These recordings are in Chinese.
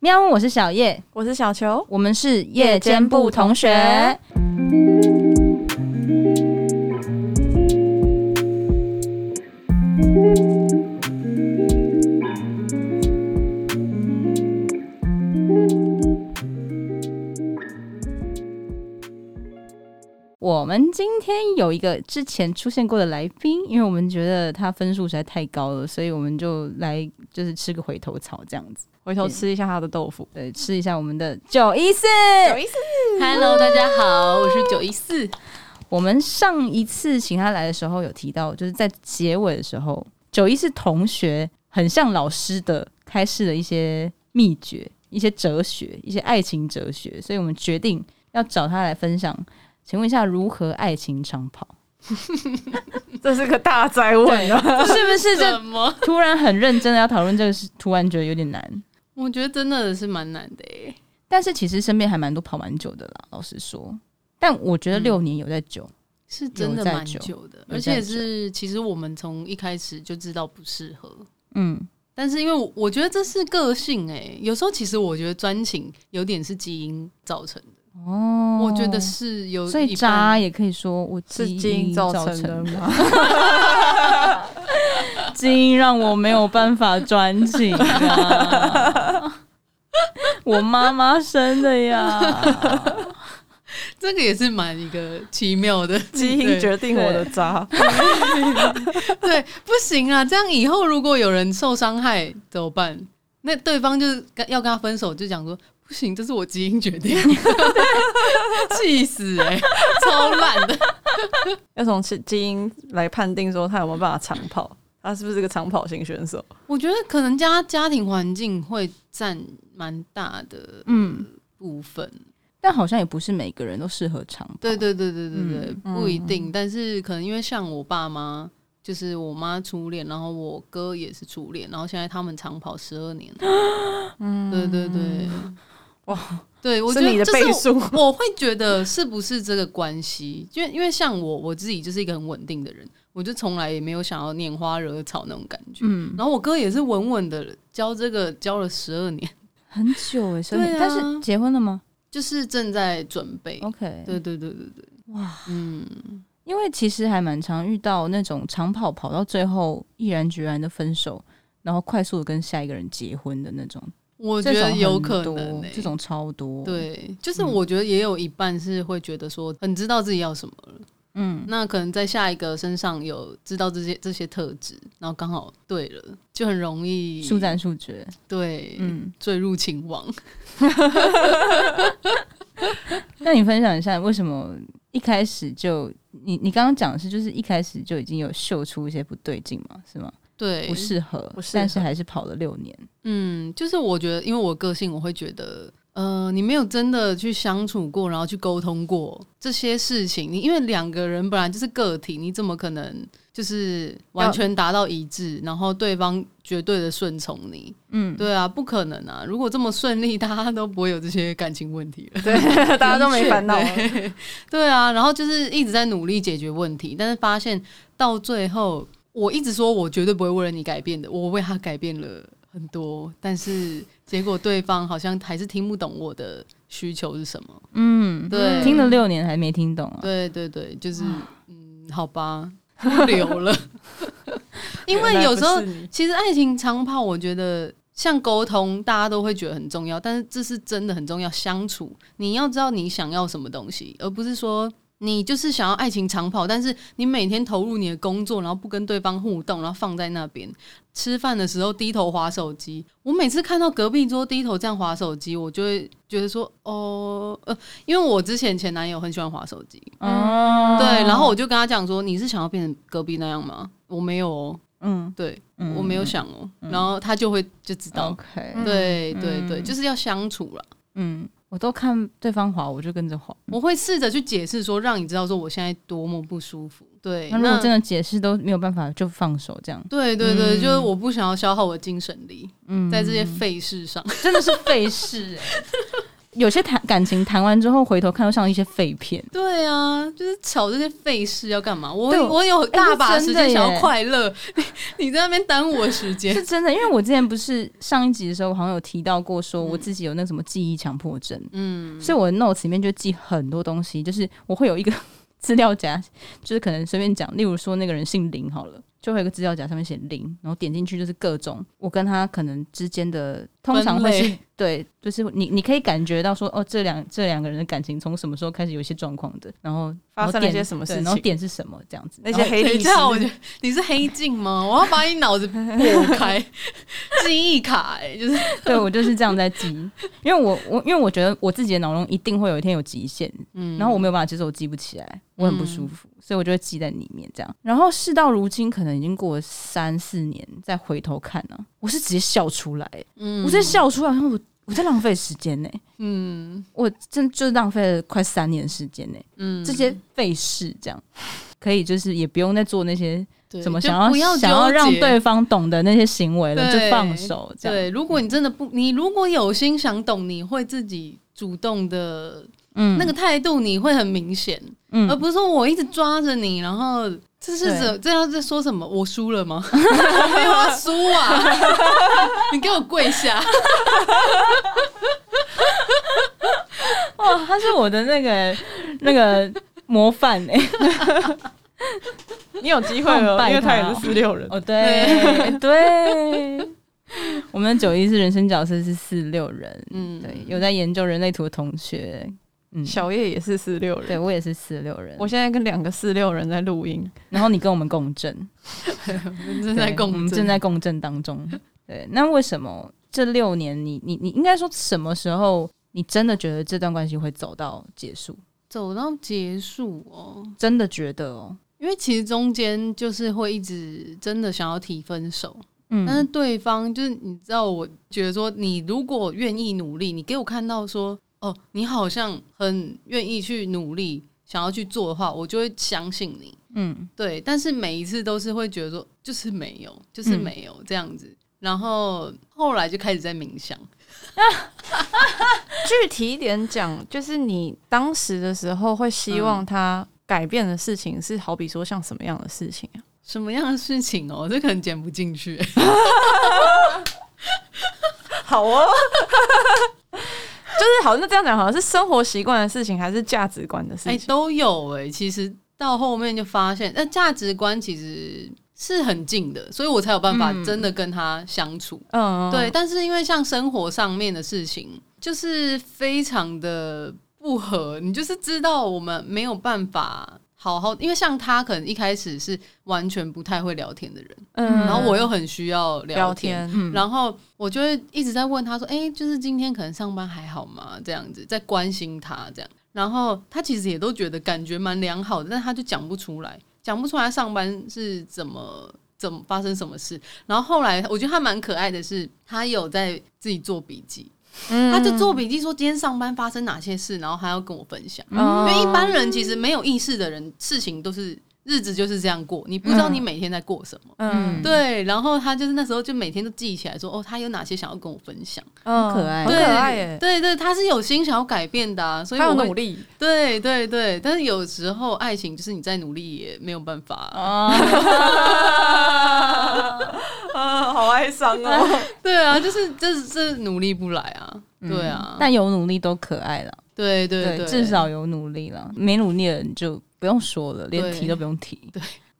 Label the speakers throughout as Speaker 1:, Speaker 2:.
Speaker 1: 喵呜，我是小叶，
Speaker 2: 我是小球，
Speaker 1: 我们是
Speaker 2: 夜间部同学。
Speaker 1: 我们今天有一个之前出现过的来宾，因为我们觉得他分数实在太高了，所以我们就来就是吃个回头草这样子，
Speaker 2: 回
Speaker 3: 嗯
Speaker 2: 头吃一下他的豆腐。
Speaker 1: 对，吃一下我们的九一四。
Speaker 2: 意思，
Speaker 3: Hello，大家好，我是九一四。
Speaker 1: 我们上一次请他来的时候有提到，就是在结尾的时候，九一是同学很像老师的开示的一些秘诀、一些哲学、一些爱情哲学，所以我们决定要找他来分享。请问一下，如何爱情长 跑？
Speaker 2: 这是个大灾问啊！
Speaker 1: 是不是
Speaker 3: 怎
Speaker 1: 这
Speaker 3: 么？
Speaker 1: 突然很认真的要讨论这个事，突然觉得有点难？
Speaker 3: 我觉得真的是蛮难的欸耶。
Speaker 1: 但是其实身边还蛮多跑蛮久的啦，老实说。但我觉得六年有在久，
Speaker 3: 是真的蛮久的，
Speaker 1: 有在久
Speaker 3: 而且是其实我们从一开始就知道不适合，
Speaker 1: 嗯，
Speaker 3: 但是因为我我觉得这是个性哎、有时候其实我觉得专情有点是基因造成的，
Speaker 1: 哦
Speaker 3: 我觉得是有一半，
Speaker 1: 所以渣也可以说我
Speaker 2: 是基
Speaker 1: 基
Speaker 2: 因
Speaker 1: 因
Speaker 2: 造
Speaker 1: 造
Speaker 2: 成的
Speaker 1: 的，
Speaker 2: 吗？
Speaker 1: 基因让我没有办法专情啊！ 我妈妈生的呀，
Speaker 3: 这个也是蛮一个奇妙的
Speaker 2: 基因决定我的渣，
Speaker 3: 对，不行啊！这样以后如果有人受伤害怎么办？那对方就是跟要跟他分手，就讲说不行，这是我基因决定， 气死哎、超烂的。
Speaker 2: 要从基基因来判定说他有没有办法长跑，他是不是个长跑型选手？
Speaker 3: 我觉得可能家家庭环境会占蛮大的
Speaker 1: 嗯，
Speaker 3: 部分。
Speaker 1: 但好像也不是每个人都适合长跑。
Speaker 3: 对对对对对对，
Speaker 2: 嗯
Speaker 3: 不一定。但是可能因为像我爸妈，就是我妈初恋，然后我哥也是初恋，然后现在他们长跑十二年了。嗯，对对对，
Speaker 2: 哇，
Speaker 3: 对我觉
Speaker 2: 是你的
Speaker 3: 得这
Speaker 2: 倍
Speaker 3: 是
Speaker 2: 数。
Speaker 3: 我会觉得是不是这个关系？因为因为像我我自己就是一个很稳定的人，我就从来也没有想要拈花惹草那种感觉。
Speaker 1: 嗯，
Speaker 3: 然后我哥也是稳稳的教这个教了十二年，
Speaker 1: 很久哎，生命
Speaker 3: 对啊
Speaker 1: 但是结婚了吗
Speaker 3: 就是正在准备。
Speaker 2: 哦
Speaker 1: ？OK，
Speaker 3: 对对对对对，
Speaker 1: 哇，
Speaker 3: 嗯，
Speaker 1: 因为其实还蛮常遇到那种长跑跑到最后毅然决然的分手，然后快速的跟下一个人结婚的那种，
Speaker 3: 我
Speaker 1: 我
Speaker 3: 觉得有可能、欸，
Speaker 1: 这种超多。，
Speaker 3: 对，就是
Speaker 1: 嗯
Speaker 3: 我觉得也有一半是会觉得说很知道自己要什么了，
Speaker 1: 嗯，
Speaker 3: 那可能在下一个身上有知道这些这些特质，然后刚好对了，就很容易
Speaker 1: 速战速决，
Speaker 3: 对，
Speaker 1: 嗯。
Speaker 3: 坠入情网。
Speaker 1: 那你分享一下为什么一开始就你你刚刚讲的是就是一开始就已经有嗅出一些不对劲嘛，是吗？
Speaker 3: 对，
Speaker 1: 不适合，
Speaker 2: 不适合
Speaker 1: 但是还是跑了六年。
Speaker 3: 嗯，就是我觉得，因为我个性，我会觉得，呃，你没有真的去相处过，然后去沟通过这些事情，你因为两个人本来就是个体，你怎么可能就是完全达到一致，然后对方绝对的顺从你？
Speaker 1: 嗯，
Speaker 3: 对啊，不可能啊！如果这么顺利，大家都不会有这些感情问题了。
Speaker 2: 对， 大家都没烦恼了。
Speaker 3: 对啊，然后就是一直在努力解决问题，但是发现到最后，我一直说我绝对不会为了你改变的，我为他改变了很多，但是结果对方好像还是听不懂我的需求是什么。
Speaker 1: 嗯，
Speaker 3: 对，
Speaker 1: 听了六年还没听
Speaker 2: 嗯
Speaker 1: 懂啊。
Speaker 3: 对对 对，就是嗯，好吧，留了， 因为有时候
Speaker 2: 原来不是你
Speaker 3: 其实爱情长跑，我觉得像沟通，大家都会觉得很重要，但是这是真的很重要。相处，你要知道你想要什么东西，而不是说你就是想要爱情长跑，但是你每天投入你的工作，然后不跟对方互动，然后放在那边。吃饭的时候低头划手机，我每次看到隔壁桌低头这样划手机，我就会觉得说，哦，呃，因为我之前前男友很喜欢划手机，
Speaker 1: 哦，
Speaker 3: 对，然后我就跟他讲说，你是想要变成隔壁那样吗？我没有哦，
Speaker 1: 嗯，
Speaker 3: 对，
Speaker 1: 嗯
Speaker 3: 我没有想哦，然后他就会就知道，
Speaker 1: OK，
Speaker 2: 嗯
Speaker 3: 对
Speaker 1: 嗯
Speaker 3: 对对，就是要相处了。
Speaker 1: 嗯，我都看对方滑，我就跟着滑。
Speaker 3: 我会试着去解释说，让你知道说我现在多么不舒服。对，
Speaker 1: 那如果真的解释都没有办法，就放手这样。
Speaker 3: 对对对，就是我不想要消耗我的精神力
Speaker 1: 嗯，
Speaker 3: 在这些费事上。
Speaker 1: 真的是费事、欸。 有些谈感情谈完之后，回头看都像一些废片。
Speaker 3: 对啊，就是吵这些费事要干嘛？我
Speaker 1: 对
Speaker 3: 我有大把时
Speaker 1: 哎
Speaker 3: 间
Speaker 1: 是真的耶
Speaker 3: 想要快乐， 你你在那边耽误我时间
Speaker 1: 是。真的，因为我之前不 是上一集的时候，我好像有提到过，说
Speaker 2: 嗯
Speaker 1: 我自己有那个什么记忆强迫症，
Speaker 3: 嗯，
Speaker 1: 所以我的 notes 里面就记很多东西，就是我会有一个 资料夹，就是可能随便讲，例如说那个人姓林好了，就会有一个资料夹上面写林，然后点进去就是各种我跟他可能之间的，通常会
Speaker 3: 分
Speaker 1: 是
Speaker 3: 类
Speaker 1: 对，就是你你可以感觉到说，哦，这两这两个人的感情从什么时候开始有一些状况的，然后
Speaker 2: 发
Speaker 1: 然
Speaker 2: 生了
Speaker 1: 后点
Speaker 2: 一些什么事
Speaker 1: 对然后
Speaker 2: 情
Speaker 1: 点是什么这样子，
Speaker 2: 那
Speaker 1: 然
Speaker 2: 些
Speaker 1: 后
Speaker 2: 黑
Speaker 3: 等
Speaker 2: 历
Speaker 3: 一
Speaker 2: 史，
Speaker 3: 下，我觉得你是黑镜吗？我要把你脑子破开， 记忆卡、欸，就是
Speaker 1: 对我就是这样在记，因为我我因为我觉得我自己的脑中一定会有一天有极限，
Speaker 3: 嗯
Speaker 1: 然后我没有办法接受我记不起来，我很不舒服，所以我就会记在里面这样。然后事到如今，可能已经过了三四年，再回头看呢、我是直接笑出来，欸
Speaker 3: 嗯
Speaker 1: 我直接，笑出来，然后我我在浪费时间呢、
Speaker 3: 嗯
Speaker 1: 我真就浪费了快三年时间呢、
Speaker 3: 嗯
Speaker 1: 这些费事这样。可以，就是也不用再做那些
Speaker 3: 对
Speaker 1: 什么
Speaker 3: 就
Speaker 1: 想要
Speaker 3: 不要
Speaker 1: 想要
Speaker 3: 纠
Speaker 1: 让
Speaker 3: 结
Speaker 1: 对方懂的那些行为了，就
Speaker 3: 对
Speaker 1: 放手这样。
Speaker 3: 对，如果你真的不，你如果有心想懂，你会自己主动的、
Speaker 1: 嗯
Speaker 3: 那个呃态度，你会很明显，
Speaker 1: 嗯
Speaker 3: 而不是说我一直抓着你，然后这是
Speaker 1: 对
Speaker 3: 这这要在说什么？我输了吗？ 我没有要输啊！ 你给我跪下！
Speaker 1: 哇，哦他是我的那个那个模范哎、
Speaker 2: 你有机会
Speaker 1: 放
Speaker 2: 哦，
Speaker 1: 拜
Speaker 2: 因为他也
Speaker 1: 他
Speaker 2: 是四六人，
Speaker 1: 哦，对对，我们的九一是人生角色是四六人，
Speaker 3: 嗯，
Speaker 1: 对，有在研究人类图的同学，嗯，
Speaker 2: 小叶也是四六
Speaker 1: 对
Speaker 2: 人。
Speaker 1: 我也是四六人，
Speaker 2: 我现在跟两个四六人在录音，
Speaker 1: 然后你跟我们共振，
Speaker 3: 正在
Speaker 1: 对
Speaker 3: 共
Speaker 1: 我们
Speaker 3: 振
Speaker 1: 正在共振当中。对，那为什么这六年你你你应该说什么时候你真的觉得这段关系会走到结束？
Speaker 3: 走到结束哦。
Speaker 1: 真的觉得哦，
Speaker 3: 因为其实中间就是会一直真的想要提分手，但是
Speaker 1: 嗯
Speaker 3: 对方就是你知道，我觉得说你如果愿意努力，你给我看到说哦，你好像很愿意去努力，想要去做的话，我就会相信你。
Speaker 1: 嗯
Speaker 3: 对，但是每一次都是会觉得说就是没有，
Speaker 1: 嗯
Speaker 3: 就是没有、这样子。然后后来就开始在冥想，
Speaker 2: 具体一点讲，就是你当时的时候会希望他改变的事情是，好比说像什么样的事情啊？
Speaker 3: 什么样的事情哦，这可能剪不进去。
Speaker 2: 好哦，就是好，那这样讲好像是生活习惯的事情，还是价值观的事
Speaker 3: 哎、
Speaker 2: 情？
Speaker 3: 都有哎、其实到后面就发现，那价值观其实是很近的，所以我才有办法
Speaker 1: 嗯
Speaker 3: 真的跟他相处。
Speaker 2: 嗯，
Speaker 3: 对，，但是因为像生活上面的事情，就是非常的不合，你就是知道我们没有办法好好，因为像他可能一开始是完全不太会聊天的人，
Speaker 2: 嗯
Speaker 3: 然后我又很需要
Speaker 2: 聊
Speaker 3: 聊天。
Speaker 2: 天，
Speaker 1: 嗯，
Speaker 3: 然后我就会一直在问他说：“哎、就是今天可能上班还好吗？”这样子在关心他这样。然后他其实也都觉得感觉蛮良好的，但他就讲不出来，讲不出来他上班是怎么怎么发生什么事。然后后来我觉得他蛮可爱的是，他有在自己做笔记，
Speaker 2: 嗯
Speaker 3: 他就做笔记说今天上班发生哪些事，然后还要跟我分享。因
Speaker 2: 嗯
Speaker 3: 为一般人其实没有意识的人，事情都是日子就是这样过，你不知道你
Speaker 2: 嗯
Speaker 3: 每天在过什么。
Speaker 1: 嗯
Speaker 3: 对，然后他就是那时候就每天都记起来说，哦，他有哪些想要跟我分享，
Speaker 2: 嗯
Speaker 1: 很可爱
Speaker 2: 很
Speaker 3: 对
Speaker 2: 可爱耶，
Speaker 3: 对对，他是有心想要改变的、啊，所以
Speaker 2: 他有
Speaker 3: 我会
Speaker 2: 努力，
Speaker 3: 对对对，但是有时候爱情就是你再努力也没有办法、
Speaker 1: 哦
Speaker 2: 啊，好哀伤哦，
Speaker 3: 对啊，就是这这努力不来啊，对啊，
Speaker 1: 嗯但有努力都可爱了。
Speaker 3: 对对
Speaker 1: 对，
Speaker 3: 对，
Speaker 1: 至少有努力了。没努力的人就不用说了，连
Speaker 3: 对
Speaker 1: 提都不用 提。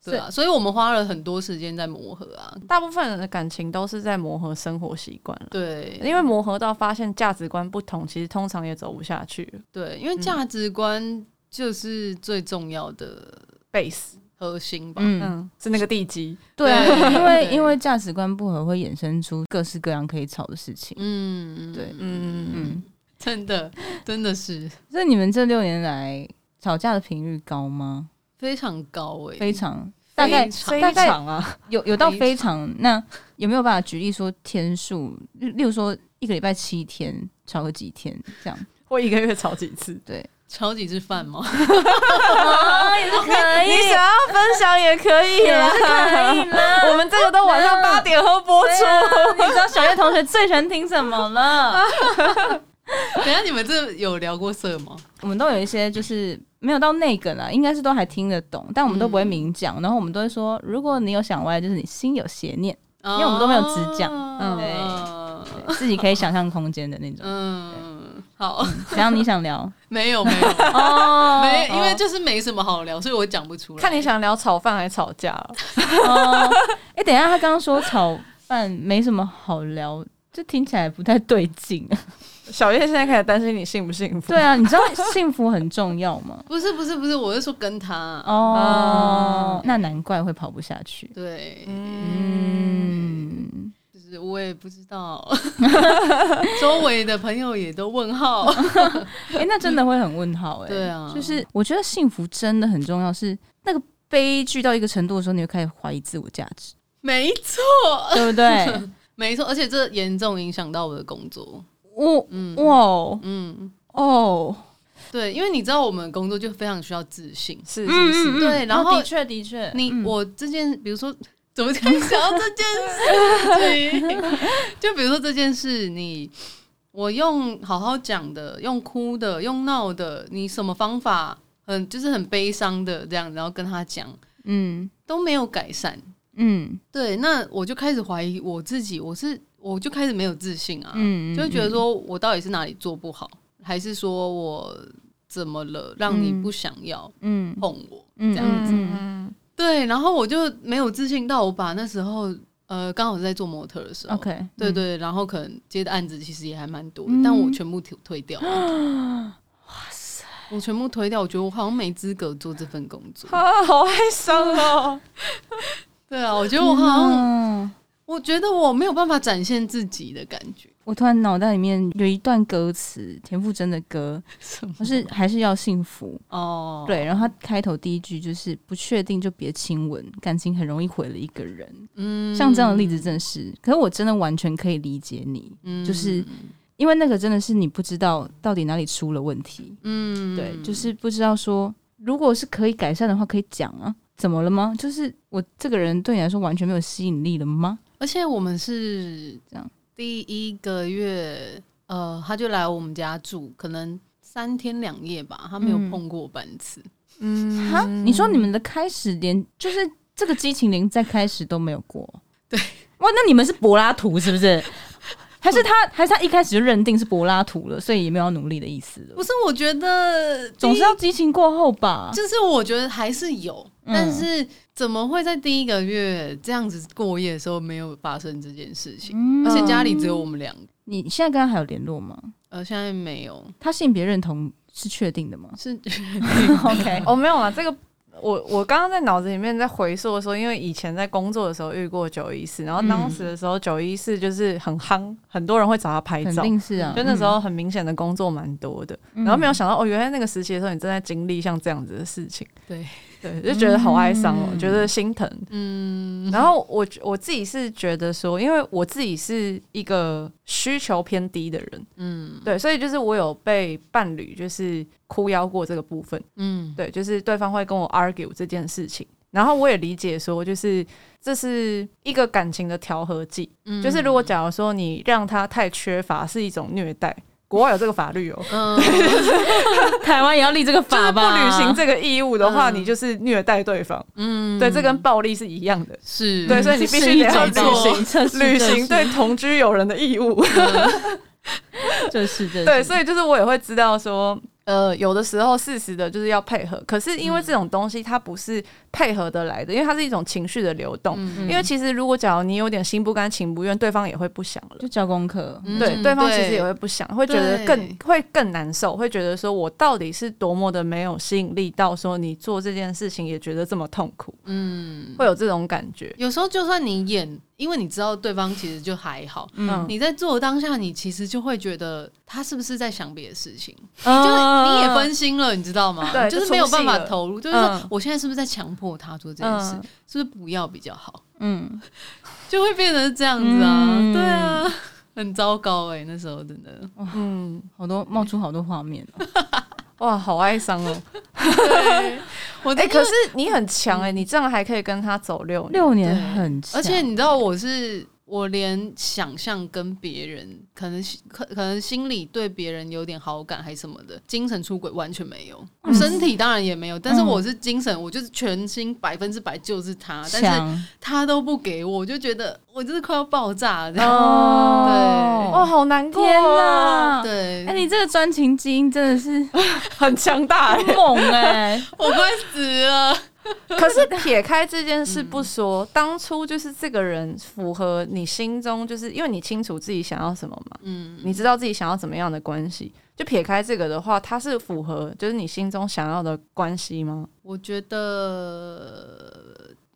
Speaker 3: 对啊，所以我们花了很多时间在磨合啊，
Speaker 2: 大部分人的感情都是在磨合生活习惯了。
Speaker 3: 对
Speaker 2: 因为磨合到发现价值观不同，其实通常也走不下去了。
Speaker 3: 对，因为价值观就是最重要的
Speaker 2: base，
Speaker 3: 核心吧，
Speaker 1: 嗯，
Speaker 2: 嗯，是那个地基，
Speaker 1: 对啊，
Speaker 3: 对
Speaker 1: 因为
Speaker 3: 对
Speaker 1: 因为价值观不合会衍生出各式各样可以吵的事情。
Speaker 3: 嗯，
Speaker 1: 对
Speaker 2: 嗯
Speaker 1: 嗯，
Speaker 3: 真的真的是
Speaker 1: 所以你们这六年来吵架的频率高吗？
Speaker 3: 非常高欸诶、
Speaker 1: 非常，大概
Speaker 3: 非
Speaker 1: 大概
Speaker 2: 啊，
Speaker 1: 有有到非
Speaker 3: 非
Speaker 1: 常。那有没有办法举例说天数？例例如说一个礼拜七天吵个几天这样？
Speaker 2: 我一个月吵几次？
Speaker 1: 对，
Speaker 3: 炒几次饭吗？
Speaker 1: 啊，也是可
Speaker 2: 哎你想要分享也可以啊啦， 我们这个都晚上八点后播出，
Speaker 1: 对啊你知道小叶同学最喜欢听什么了？
Speaker 3: 等一下你们这有聊过色吗？
Speaker 1: 我们都有一些就是没有到内梗啊，应该是都还听得懂，但我们都不会明讲。然后我们都会说，如果你有想歪，就是你心有邪 念，
Speaker 3: 因
Speaker 1: 为我们都没有直讲
Speaker 3: 嗯，
Speaker 1: 对自己可以想象空间的那种。
Speaker 3: 嗯，好，
Speaker 1: 怎样？你想聊？
Speaker 3: 没有没 有
Speaker 1: 哦
Speaker 3: 没，因为就是没什么好聊，所以我讲不出来。
Speaker 2: 看你想聊炒饭还吵架啊了，
Speaker 1: 哦，哎、等一下，他刚刚说炒饭没什么好聊，这听起来不太对 劲。
Speaker 2: 小叶现在开始担心你幸不幸福。
Speaker 1: 对啊，你知道幸福很重要吗？
Speaker 3: 不是不是不是，我是说跟他。
Speaker 1: 哦
Speaker 2: 嗯，
Speaker 1: 那难怪会跑不下去。
Speaker 3: 对，
Speaker 1: 嗯，
Speaker 3: 就是我也不知道， 周围的朋友也都问号。
Speaker 1: 哎、那真的会很问号哎、
Speaker 3: 对啊
Speaker 1: 就是我觉得幸福真的很重要，是那个悲剧到一个程度的时候，你会开始怀疑自我价值，
Speaker 3: 没错，
Speaker 1: 对不对？
Speaker 3: 没错，而且这严重影响到我的工作。
Speaker 1: 我、
Speaker 3: 嗯
Speaker 1: 哇
Speaker 3: 嗯，
Speaker 1: 哦，
Speaker 3: 对，因为你知道我们工作就非常需要自信。
Speaker 2: 是
Speaker 1: 嗯
Speaker 2: 是
Speaker 1: 嗯
Speaker 2: 是，
Speaker 1: 嗯
Speaker 3: 对然后
Speaker 1: 的确的确，
Speaker 3: 你、
Speaker 1: 嗯
Speaker 3: 我这件，比如说，怎么讲想到这件事情？就比如说这件事，你我用好好讲的，用哭的，用闹的，你什么方法很就是很悲伤的这样，然后跟他讲
Speaker 1: 嗯
Speaker 3: 都没有改善。
Speaker 1: 嗯
Speaker 3: 对，那我就开始怀疑我自己，我是我就开始没有自信啊，
Speaker 1: 嗯，
Speaker 3: 就会觉得
Speaker 1: 嗯
Speaker 3: 说我到底是哪里做不好，还是说我怎么了，让你
Speaker 1: 嗯
Speaker 3: 不想要
Speaker 1: 嗯
Speaker 3: 碰我？
Speaker 1: 嗯
Speaker 2: 嗯
Speaker 3: 这样
Speaker 1: 嗯
Speaker 2: 嗯
Speaker 1: 嗯
Speaker 2: 嗯，
Speaker 3: 对，然后我就没有自信到我把那时候呃刚好是在做模特的时候
Speaker 1: OK，
Speaker 3: 嗯对对，然后可能接的案子其实也还蛮多的，
Speaker 1: 嗯
Speaker 3: 但我全部推推掉了。哇 塞！我全部推掉，我觉得我好像没资格做这份工作。
Speaker 2: 啊，好哀伤哦。
Speaker 3: 对啊，我觉
Speaker 1: 嗯，
Speaker 3: 得我好像，
Speaker 1: 嗯
Speaker 3: 我觉得我没有办法展现自己的感觉。
Speaker 1: 我突然脑袋里面有一段歌词，田馥甄的歌，
Speaker 3: 什么
Speaker 1: 可是还是要幸福。
Speaker 3: 哦，
Speaker 1: 对，然后他开头第一句就是不确定就别亲吻，感情很容易毁了一个人。
Speaker 3: 嗯
Speaker 1: 像这样的例子，真的是，可是我真的完全可以理解你，
Speaker 3: 嗯
Speaker 1: 就是因为那个真的是你不知道到底哪里出了问题，
Speaker 3: 嗯
Speaker 1: 对，就是不知道说如果是可以改善的话，可以讲啊，怎么了吗？就是我这个人对你来说完全没有吸引力了吗？
Speaker 3: 而且我们是
Speaker 1: 这样，
Speaker 3: 第一个月，呃，他就来我们家住，可能三天两夜吧，他没有
Speaker 1: 嗯
Speaker 3: 碰过我半次。
Speaker 2: 嗯
Speaker 1: 哈，你说你们的开始连就是这个激情连在开始都没有过，
Speaker 3: 对，
Speaker 1: 哇，那你们是柏拉图是不是？ 还是他，还是他一开始就认定是柏拉图了，所以也没有要努力的意思了
Speaker 3: 不是，我觉得
Speaker 1: 总是要激情过后吧。
Speaker 3: 就是我觉得还是有，
Speaker 1: 嗯
Speaker 3: 但是怎么会在第一个月这样子过夜的时候没有发生这件事情？
Speaker 1: 嗯
Speaker 3: 而且家里只有我们两个，
Speaker 1: 你现在跟他还有联络吗？
Speaker 3: 呃，现在没有，
Speaker 1: 他性别认同是确定 的吗
Speaker 3: 是
Speaker 1: ？OK，
Speaker 2: 哦，没有啦，这个我我刚刚在脑子里面在回溯的时候，因为以前在工作的时候遇过九一四，然后当时的时候九一四就是很夯，很多人会找他拍
Speaker 1: 肯
Speaker 2: 照。
Speaker 1: 定是啊。
Speaker 2: 就那时候很明显的工作蛮多的，
Speaker 1: 嗯，
Speaker 2: 然后没有想到哦，原来那个时期的时候你正在经历像这样子的事情，
Speaker 3: 对，
Speaker 2: 对，就觉得好哀伤哦，
Speaker 1: 嗯
Speaker 2: 觉得心疼。
Speaker 3: 嗯，
Speaker 2: 然后我我自己是觉得说，因为我自己是一个需求偏低的人，
Speaker 3: 嗯
Speaker 2: 对，所以就是我有被伴侣就是哭邀过这个部分，
Speaker 3: 嗯，
Speaker 2: 对，就是对方会跟我 argue 这件事情，然后我也理解说，就是这是一个感情的调和剂，
Speaker 3: 嗯
Speaker 2: 就是如果假如说你让他太缺乏，是一种虐待。国外有这个法律哦，
Speaker 3: 嗯，
Speaker 1: 台湾也要立这个
Speaker 2: 就是
Speaker 1: 法
Speaker 2: 不
Speaker 1: 吧？
Speaker 2: 履行这个义务的话，
Speaker 3: 嗯
Speaker 2: 你就是虐待对方。
Speaker 3: 嗯
Speaker 2: 对，这跟暴力是一样的。
Speaker 3: 是
Speaker 2: 对所以你必须得
Speaker 1: 这
Speaker 2: 要
Speaker 1: 是一种
Speaker 3: 做
Speaker 1: 旅行，这是
Speaker 2: 履行，对同居友人的义务。
Speaker 1: 这是这是
Speaker 2: 对，
Speaker 3: 嗯
Speaker 2: 所以就是我也会知道说，呃，有的时候适时的就是要配合，可是因
Speaker 3: 嗯
Speaker 2: 为这种东西它不是配合的来的，因为它是一种情绪的流动。
Speaker 3: 嗯
Speaker 2: 因为其实如果假如你有点心不甘情不愿，对方也会不想了。
Speaker 1: 就交功课。
Speaker 3: 嗯
Speaker 2: 对，对方其实也会不想，会觉得更
Speaker 3: 对
Speaker 2: 会更难受，会觉得说我到底是多么的没有吸引力，到说你做这件事情也觉得这么痛苦，
Speaker 3: 嗯，
Speaker 2: 会有这种感觉。
Speaker 3: 有时候就算你演，因为你知道对方其实就还好，
Speaker 1: 嗯，
Speaker 3: 你在做的当下，你其实就会觉得他是不是在想别的事情，
Speaker 1: 就
Speaker 3: 就是你也分心了，你知道吗？
Speaker 2: 嗯对
Speaker 3: 就是
Speaker 2: 就
Speaker 3: 没有
Speaker 2: 出戏
Speaker 3: 办法
Speaker 2: 了
Speaker 3: 投入，就是说
Speaker 2: 嗯
Speaker 3: 我现在是不是在强迫他做这件事，
Speaker 2: 嗯
Speaker 3: 是不是不要比较好，
Speaker 1: 嗯，
Speaker 3: 就会变成是这样子啊，
Speaker 1: 嗯
Speaker 3: 对啊，很糟糕哎、那时候真的，
Speaker 2: 嗯，
Speaker 1: 好多冒出好多画面哦。
Speaker 2: 哇，好哀伤哦。
Speaker 3: 对，我
Speaker 2: 哎、
Speaker 3: 真的
Speaker 2: 可是欸你很强哎、你这样还可以跟他走六年。
Speaker 1: 六年
Speaker 3: 对
Speaker 1: 很强，
Speaker 3: 而且你知道我是我连想象跟别人可能可可能心里对别人有点好感还什么的，精神出轨完全没有，
Speaker 1: 嗯
Speaker 3: 身体当然也没有，但是
Speaker 1: 嗯
Speaker 3: 我是精神，我就是全心百分之百就是
Speaker 1: 啊
Speaker 3: 他，但是
Speaker 1: 强
Speaker 3: 他都不给我，我就觉得我真是快要爆炸了这样。
Speaker 2: 哦，好难过、
Speaker 1: 天
Speaker 2: 啊，
Speaker 1: 哪！
Speaker 3: 对，
Speaker 1: 哎、你这个专情基因真的是
Speaker 2: 很强大、欸。
Speaker 1: 很猛哎、
Speaker 3: 我快死了。
Speaker 2: 可是撇开这件事不说，当初就是这个人符合你心中，就是因为你清楚自己想要什么嘛，
Speaker 3: 嗯，
Speaker 2: 你知道自己想要怎么样的关系。就撇开这个的话，他是符合就是你心中想要的关系吗？
Speaker 3: 我觉得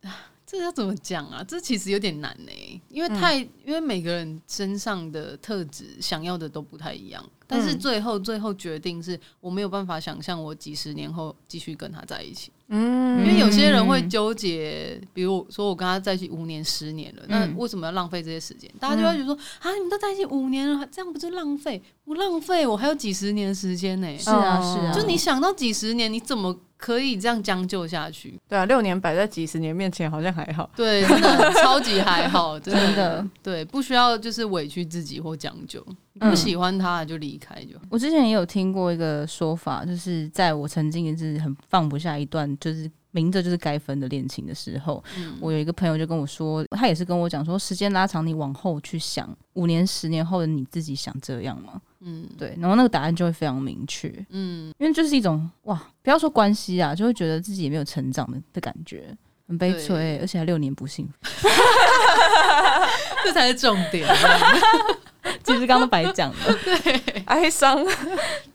Speaker 3: 啊这要怎么讲啊？这其实有点难呢、因为太、因为每个人身上的特质、想要的都不太一样。但是
Speaker 2: 嗯
Speaker 3: 最后最后决定是我没有办法想象我几十年后继续跟他在一起，
Speaker 2: 嗯
Speaker 3: 因为有些人会纠结，比如说我跟他在一起五年、十年了，那为什么要浪费这些时间？大家就会觉得说啊，你们都在一起五年了，这样不是浪费？不浪费，我还有几十年的时间呢、
Speaker 1: 是啊是啊，
Speaker 3: 哦就你想到几十年，你怎么可以这样将就下去？
Speaker 2: 对啊，六年摆在几十年面前好像还好。
Speaker 3: 对，真 的超级还好，真的
Speaker 1: 真的。
Speaker 3: 对，不需要就是委屈自己或将就，
Speaker 1: 嗯
Speaker 3: 不喜欢他就离开就好。
Speaker 1: 我之前也有听过一个说法，就是在我曾经也是很放不下一段，就是明着就是该分的恋情的时候，
Speaker 3: 嗯
Speaker 1: 我有一个朋友就跟我说，他也是跟我讲说，时间拉长，你往后去想，五年、十年后的你自己想这样吗？
Speaker 3: 嗯，
Speaker 1: 对，然后那个答案就会非常明确，
Speaker 3: 嗯，
Speaker 1: 因为就是一种哇，不要说关系啊，就会觉得自己也没有成长的的感觉。很悲催，
Speaker 3: 对
Speaker 1: 而且还六年不幸福，
Speaker 3: 这才是重点。
Speaker 1: 其实刚刚都白讲了。
Speaker 2: 哀伤，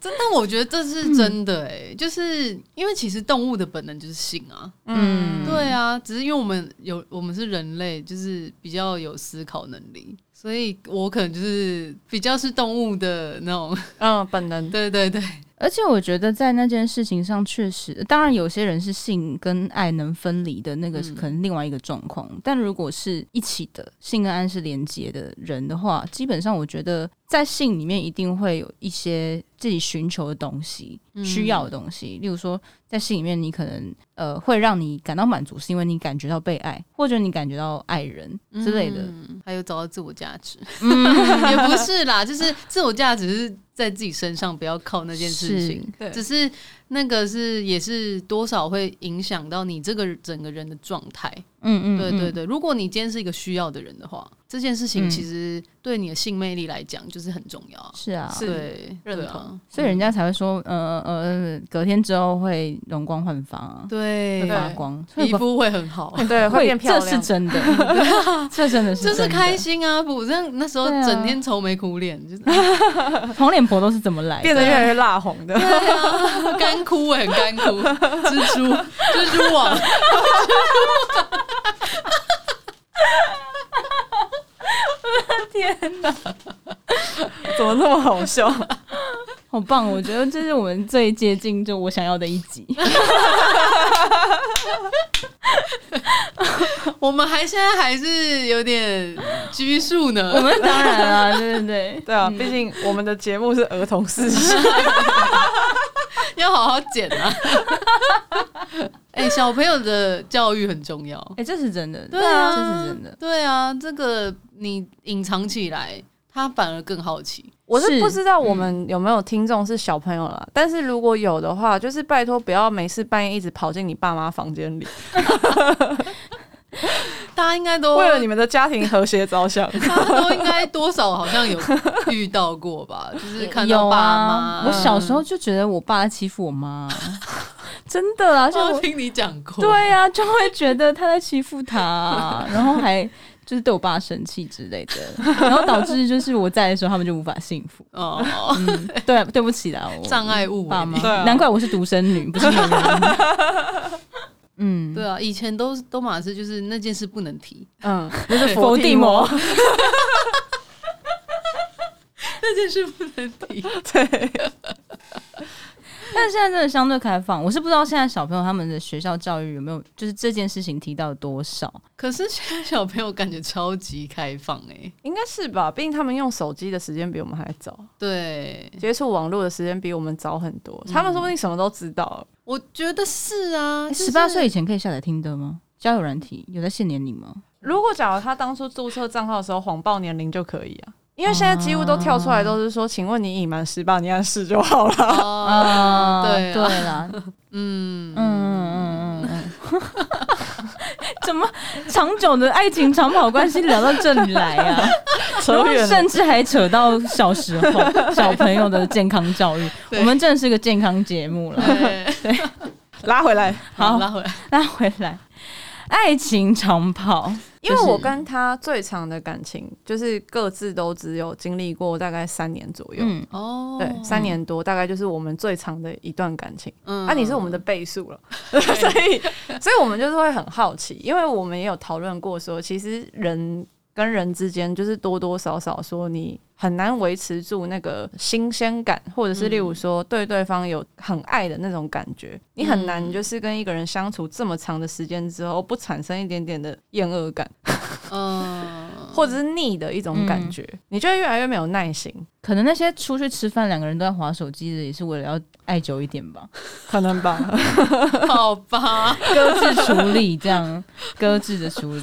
Speaker 3: 真，但我觉得这是真的哎、就是因为其实动物的本能就是性啊，
Speaker 1: 嗯
Speaker 3: 对啊，只是因为我们有我们是人类，就是比较有思考能力，所以我可能就是比较是动物的那种。
Speaker 2: 嗯，本能
Speaker 3: 对对对，
Speaker 1: 而且我觉得在那件事情上，确实，当然有些人是性跟爱能分离的，那个是
Speaker 3: 嗯
Speaker 1: 可能另外一个状况。但如果是一起的，性跟爱是连结的人的话，基本上我觉得在性里面一定会有一些自己寻求的东西、
Speaker 3: 嗯
Speaker 1: 需要的东西。例如说，在性里面，你可能呃会让你感到满足，是因为你感觉到被爱，或者你感觉到爱人之类的。
Speaker 3: 嗯还有找到自我价值，
Speaker 1: 嗯，
Speaker 3: 也不是啦，就是自我价值是在自己身上，不要靠 那件事
Speaker 1: 是
Speaker 3: 情。
Speaker 2: 对
Speaker 3: 只是那个是也是多少会影响到你这个整个人的状态。
Speaker 1: 嗯嗯，
Speaker 3: 对
Speaker 1: 嗯
Speaker 3: 对对，如果你今天是一个需要的人的话，这件事
Speaker 1: 嗯
Speaker 3: 情其实对你的性魅力来讲就是很重要啊。
Speaker 1: 是啊，
Speaker 2: 是
Speaker 3: 对，
Speaker 2: 认
Speaker 3: 对
Speaker 2: 同
Speaker 3: 啊，
Speaker 1: 所以人家才会说，呃呃，隔天之后会容光焕发啊，会
Speaker 3: 对
Speaker 1: 发光，哦
Speaker 3: 皮肤会很好。
Speaker 2: 对会变漂
Speaker 1: 这是
Speaker 2: 亮，
Speaker 1: 真的，这真的是
Speaker 3: 就
Speaker 1: 真
Speaker 3: 是
Speaker 1: 的
Speaker 3: 开心啊！不，像那时候
Speaker 1: 对啊
Speaker 3: 整天愁眉苦脸，就是
Speaker 1: 黄脸婆都是怎么来
Speaker 2: 变得
Speaker 1: 的？啊
Speaker 2: 越来越蜡红的。
Speaker 3: 对啊， 干枯很干枯，蜘蛛蜘蛛网，
Speaker 2: 怎么那么好笑？
Speaker 1: 好棒！我觉得这是我们最接近就我想要的一集。
Speaker 3: 我们还现在还是有点拘束呢。
Speaker 1: 我们当然啊，对对对，
Speaker 2: 对啊，毕竟我们的节目是儿童视线，
Speaker 3: 要好好剪啊！哎、小朋友的教育很重要。
Speaker 1: 哎，这是真的，
Speaker 3: 对啊，
Speaker 1: 这是真的。
Speaker 3: 对啊，这个你隐藏起来，他反而更好奇。
Speaker 2: 我是
Speaker 1: 是
Speaker 2: 不知道我们有没有听众是小朋友啦，但是如果有的话，就是拜托不要没事半夜一直跑进你爸妈房间里，
Speaker 3: 大家应该都
Speaker 2: 为了你们的家庭和谐着想。
Speaker 3: 大家都应该多少好像有遇到过吧？就是看到
Speaker 1: 有
Speaker 3: 爸
Speaker 1: 啊
Speaker 3: 妈，，
Speaker 1: 我小时候就觉得我爸在欺负我妈，真的啊，而且
Speaker 3: 我
Speaker 1: 我
Speaker 3: 有哦听你讲过，
Speaker 1: 对呀、就会觉得他在欺负他，然后还就是对我爸生气之类的，然后导致就是我在的时候他们就无法幸福。
Speaker 3: 哦，
Speaker 1: 嗯，对，对不起啦，我
Speaker 3: 障碍物
Speaker 1: 爸
Speaker 3: 欸
Speaker 1: 妈
Speaker 3: 你，
Speaker 2: 对啊
Speaker 1: 难怪我是独生女，不是有人。嗯，
Speaker 3: 对啊，以前都是都马是就是那件事不能提，
Speaker 2: 嗯，就是
Speaker 1: 佛地魔，
Speaker 3: 那件事不能提。
Speaker 2: 对，
Speaker 1: 但现在真的相对开放，我是不知道现在小朋友他们的学校教育有没有就是这件事情提到多少。
Speaker 3: 可是现在小朋友感觉超级开放哎、
Speaker 2: 应该是吧？毕竟他们用手机的时间比我们还早，
Speaker 3: 嗯对，
Speaker 2: 接触网络的时间比我们早很多，他们说不定什么都知道。
Speaker 3: 我觉得是啊，就是
Speaker 2: 哎
Speaker 1: 十八岁以前可以下载听的吗？交友软体有在限年龄吗？
Speaker 2: 如果假如他当初注册账号的时候谎报年龄就可以啊，因为现在几乎都跳出来都是说，请问你已满十八年是就好了。
Speaker 3: 哦，对啊
Speaker 1: 对啦，
Speaker 3: 嗯
Speaker 1: 嗯嗯嗯嗯嗯， 怎么长久的爱情长跑关系聊到这里来 啊？然
Speaker 2: 扯
Speaker 1: 后
Speaker 2: 远了，
Speaker 1: 甚至还扯到小时 候小朋友的健康教育，
Speaker 3: 对
Speaker 1: 我们真的是个健康节目了。
Speaker 3: 对，
Speaker 2: 拉回来。
Speaker 1: 好
Speaker 3: 好拉回来，
Speaker 1: 那回来，爱情长跑，
Speaker 2: 因为我跟他最长的感情就是各自都只有经历过大概三年左右，
Speaker 1: 嗯，
Speaker 3: 哦，
Speaker 2: 对，三年多，大概就是我们最长的一段感情。
Speaker 3: 嗯
Speaker 2: 啊，你是我们的倍数 了，所以，所以我们就是会很好奇，因为我们也有讨论过说，其实人跟人之间就是多多少少说你很难维持住那个新鲜感，或者是例如说对对方有很爱的那种感觉，你很难就是跟一个人相处这么长的时间之后，不产生一点点的厌恶感，
Speaker 3: 嗯，
Speaker 2: 或者是腻的一种感觉，你就会越来越没有耐心，
Speaker 1: 可能那些出去吃饭两个人都在划手机的，也是为了要爱久一点 吧，
Speaker 2: 可能吧。
Speaker 3: 嗯好吧，
Speaker 1: 搁置处理这样，搁置的处理。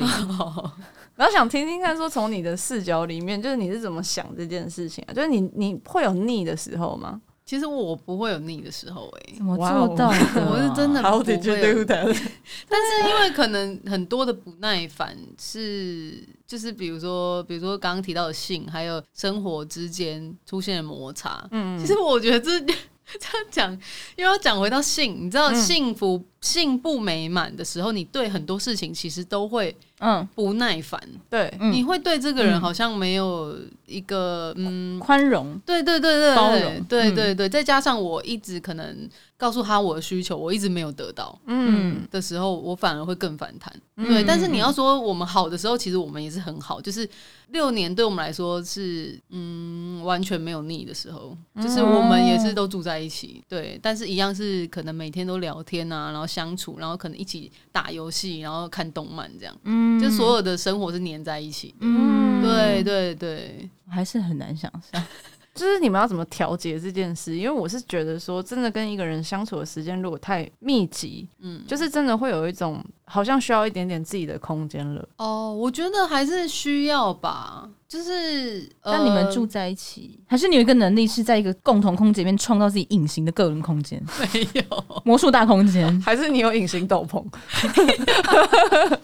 Speaker 2: 然后想听听看，说从你的视角里面，就是你是怎么想这件事情啊？就是你你会有腻的时候吗？
Speaker 3: 其实我不会有腻的时候 哎、
Speaker 1: 怎么做到的啊、
Speaker 3: 我是真的不会有
Speaker 2: that？
Speaker 3: 但是因为可能很多的不耐烦是，就是比如说，比如说刚刚提到的性，还有生活之间出现的摩擦。
Speaker 2: 嗯
Speaker 3: 其实我觉得这 这样
Speaker 1: 嗯
Speaker 3: 讲，又要讲回到性，你知道，
Speaker 2: 嗯
Speaker 3: 幸福、性不美满的时候，你对很多事情其实都会
Speaker 1: 嗯
Speaker 3: 不耐烦，
Speaker 2: 对，
Speaker 1: 嗯
Speaker 3: 你会对这个人好像没有一个嗯
Speaker 1: 宽容，
Speaker 3: 对对对对，
Speaker 1: 包
Speaker 3: 对
Speaker 1: 容
Speaker 3: 对
Speaker 1: 嗯
Speaker 3: 对对，再加上我一直可能告诉他我的需求，我一直没有得到
Speaker 2: 嗯
Speaker 3: 的时候，我反而会更反弹。
Speaker 1: 嗯
Speaker 3: 对，但是你要说我们好的时候，其实我们也是很好，就是六年对我们来说是嗯完全没有腻的时候，就是我们也是
Speaker 1: 嗯
Speaker 3: 都住在一起，对，但是一样是可能每天都聊天啊，然后相处，然后可能一起打游戏，然后看动漫这样，
Speaker 1: 嗯
Speaker 3: 就所有的生活是粘在一起。
Speaker 1: 嗯，
Speaker 3: 对对对，
Speaker 1: 我还是很难想象。
Speaker 2: 就是你们要怎么调节这件事？因为我是觉得说，真的跟一个人相处的时间如果太密集，
Speaker 3: 嗯，
Speaker 2: 就是真的会有一种好像需要一点点自己的空间了。
Speaker 3: 哦，我觉得还是需要吧，就是
Speaker 1: 那你们住在一起，呃还是你有一个能力是在一个共同空间里面创造自己隐形的个人空间，
Speaker 3: 呃没有？
Speaker 1: 魔术大空间？
Speaker 2: 还是你有隐形斗篷？
Speaker 3: 呃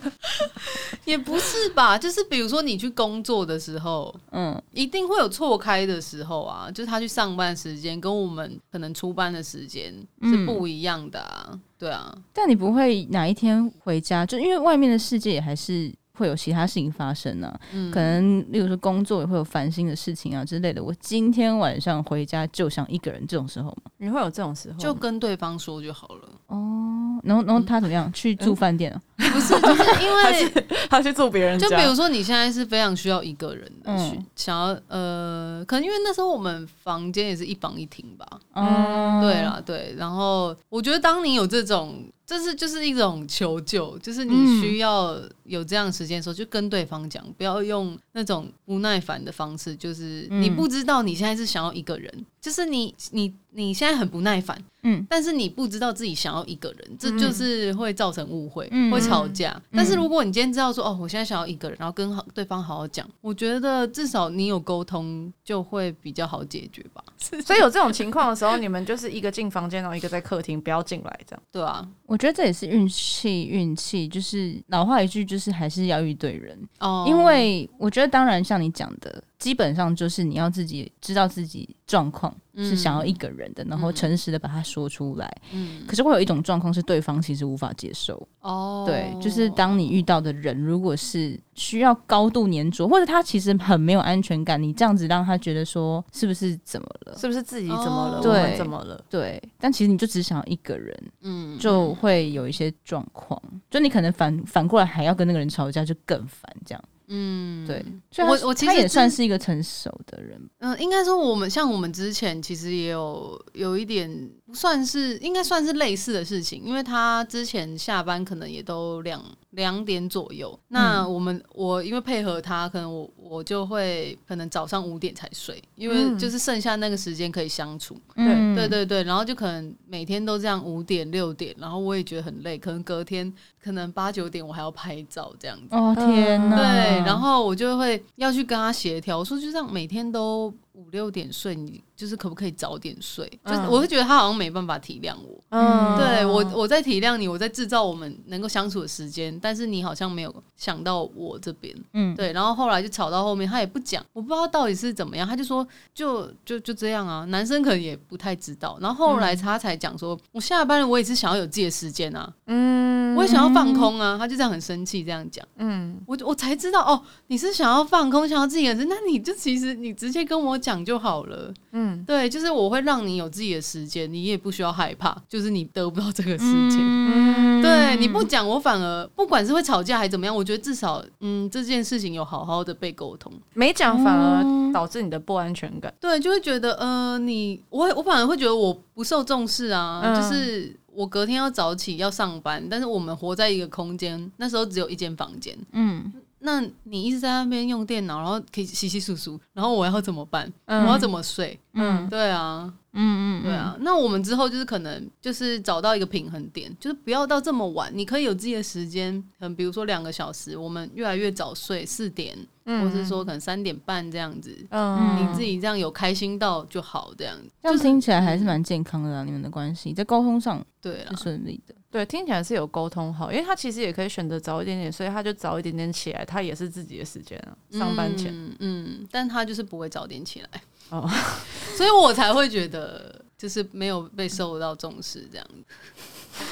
Speaker 3: 也不是吧，就是比如说你去工作的时候，
Speaker 1: 嗯
Speaker 3: 一定会有错开的时候啊，就是他去上班时间跟我们可能出班的时间是
Speaker 1: 嗯
Speaker 3: 不一样的啊，对啊，
Speaker 1: 但你不会哪一天回家，就因为外面的世界也还是会有其他事情发生呢、啊
Speaker 3: 嗯，
Speaker 1: 可能例如说工作也会有烦心的事情啊之类的。我今天晚上回家就想一个人，这种时候嘛。
Speaker 2: 你会有这种时候吗？
Speaker 3: 就跟对方说就好了，
Speaker 1: 哦，然后然后他怎么样？去住饭 店啊？
Speaker 3: 不是，就是 因
Speaker 2: 还
Speaker 3: 为
Speaker 2: 是他去住别人家，
Speaker 3: 就比如说，你现在是非常需要一个人的，
Speaker 1: 嗯
Speaker 3: 需想要呃，可能因为那时候我们房间也是一房一厅吧，
Speaker 1: 嗯，
Speaker 3: 对啦，对。然后我觉得，当你有这种，这是就是一种求救，就是你
Speaker 1: 嗯
Speaker 3: 需要有这样的时间的时候，就跟对方讲，不要用那种不耐烦的方式，就是
Speaker 1: 嗯
Speaker 3: 你不知道你现在是想要一个人，就是你你你现在很不耐烦，
Speaker 1: 嗯
Speaker 3: 但是你不知道自己想要一个人，这
Speaker 2: 嗯
Speaker 3: 就是会造成误会，
Speaker 1: 嗯
Speaker 3: 会吵架。但是如果你今天知道说，哦，我现在想要一个人，然后跟好对方好好讲，我觉得至少你有沟通，就会比较好解决吧，
Speaker 2: 所以有这种情况的时候，你们就是一个进房间，然后一个在客厅，不要进来这样。
Speaker 3: 对啊，
Speaker 1: 我觉得这也是运气，运气就是老话一句，就是还是要遇对人。
Speaker 3: 哦，
Speaker 1: 因为我觉得，当然像你讲的，基本上就是你要自己知道自己状况是想要一个人的，然后诚实的把它说出来。
Speaker 3: 嗯
Speaker 1: 可是会有一种状况是对方其实无法接受，
Speaker 3: 哦，
Speaker 1: 对，就是当你遇到的人如果是需要高度粘着，或者他其实很没有安全感，你这样子让他觉得说是不是怎么了？
Speaker 2: 是不是自己怎么了？
Speaker 3: 哦
Speaker 2: 我们
Speaker 1: 对
Speaker 2: 怎么了？
Speaker 1: 对，但其实你就只想要一个人，
Speaker 3: 嗯
Speaker 1: 就会有一些状况，就你可能反反过来还要跟那个人吵架，就更烦这样。
Speaker 3: 嗯
Speaker 1: 对，所以
Speaker 3: 我
Speaker 1: 他
Speaker 3: 我其
Speaker 1: 他
Speaker 3: 实
Speaker 1: 也算
Speaker 3: 真
Speaker 1: 是一个成熟的人吧
Speaker 3: 嗯、应该说我们像我们之前其实也有有一点不算是，应该算是类似的事情，因为他之前下班可能也都两两点左右。那
Speaker 1: 嗯
Speaker 3: 我们、我因为配合他，可能我我就会可能早上五点才睡，因为
Speaker 2: 嗯
Speaker 3: 就是剩下那个时间可以相处。
Speaker 1: 嗯
Speaker 3: 对对对，然后就可能每天都这样五点六点，然后我也觉得很累，可能隔天可能八九点我还要拍照这样子。
Speaker 1: 哦天哪！
Speaker 3: 对，然后我就会要去跟他协调，我说就这样每天都五六点睡，你就是可不可以早点睡？就是
Speaker 2: 嗯
Speaker 3: 我会觉得他好像没办法体谅我，
Speaker 1: 嗯
Speaker 3: 对我我在体谅你，我在制造我们能够相处的时间，但是你好像没有想到我这边，
Speaker 1: 嗯，
Speaker 3: 对，然后后来就吵到后面，他也不讲，我不知道到底是怎么样，他就说就就就这样啊，男生可能也不太知道。然后后
Speaker 2: 嗯
Speaker 3: 来他才讲说，我下班了，我也是想要有自己的时间啊，
Speaker 2: 嗯
Speaker 3: 我也想要放空啊。他就这样很生气，这样讲，
Speaker 2: 嗯
Speaker 3: 我我才知道哦，你是想要放空，想要自己的时间，那你就其实你直接跟我讲就好了。
Speaker 2: 嗯
Speaker 3: 对，就是我会让你有自己的时间，你也不需要害怕，就是你得不到这个事情。
Speaker 1: 嗯
Speaker 3: 对，你不讲，我反而不管是会吵架还怎么样，我觉得至少，嗯，这件事情有好好的被沟通。
Speaker 2: 没讲反
Speaker 3: 哦
Speaker 2: 而导致你的不安全感。
Speaker 3: 对，就会觉得，呃，你我会我反而会觉得我不受重视啊，
Speaker 2: 嗯
Speaker 3: 就是我隔天要早起要上班，但是我们活在一个空间，那时候只有一间房间，
Speaker 1: 嗯
Speaker 3: 那你一直在那边用电脑，然后可以洗洗簌簌，然后我要怎么办？
Speaker 2: 嗯
Speaker 3: 我要怎么睡？
Speaker 1: 嗯
Speaker 3: 对啊，
Speaker 1: 嗯嗯，
Speaker 3: 对啊，那我们之后就是可能就是找到一个平衡点，就是不要到这么晚，你可以有自己的时间，可能比如说两个小时，我们越来越早睡，四点，
Speaker 2: 嗯
Speaker 3: 或是说可能三点半这样子，
Speaker 2: 嗯
Speaker 3: 你自己这样有开心到就好，这样子
Speaker 1: 这样
Speaker 3: 就是
Speaker 1: 听起来还是蛮健康的啊，你们的关系在沟通上
Speaker 3: 对啦
Speaker 1: 是。顺利的。
Speaker 2: 对，听起来是有沟通好，因为他其实也可以选择早一点点，所以他就早一点点起来，他也是自己的时间啊，上班前。
Speaker 3: 嗯，嗯，但他就是不会早点起来，
Speaker 2: 哦，
Speaker 3: 所以我才会觉得就是没有被受到重视这样子。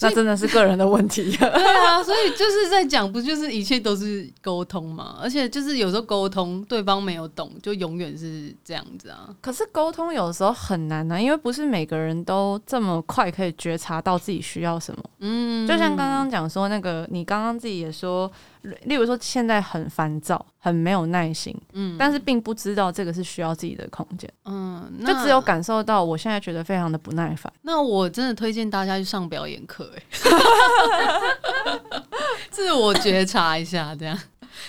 Speaker 2: 那真的是个人的问 题。
Speaker 3: 对啊，所以就是在讲，不就是一切都是沟通嘛？而且就是有时候沟通对方没有懂，就永远是这样子啊。
Speaker 2: 可是沟通有时候很难啊呢、因为不是每个人都这么快可以觉察到自己需要什么。
Speaker 3: 嗯，
Speaker 2: 就像刚刚讲说那个，你刚刚自己也说，例如说现在很烦躁，很没有耐心，
Speaker 3: 嗯，
Speaker 2: 但是并不知道这个是需要自己的空间，
Speaker 3: 嗯，那
Speaker 2: 就只有。感受到我现在觉得非常的不耐烦。
Speaker 3: 那我真的推荐大家去上表演课、欸， 自我觉察一下，这样。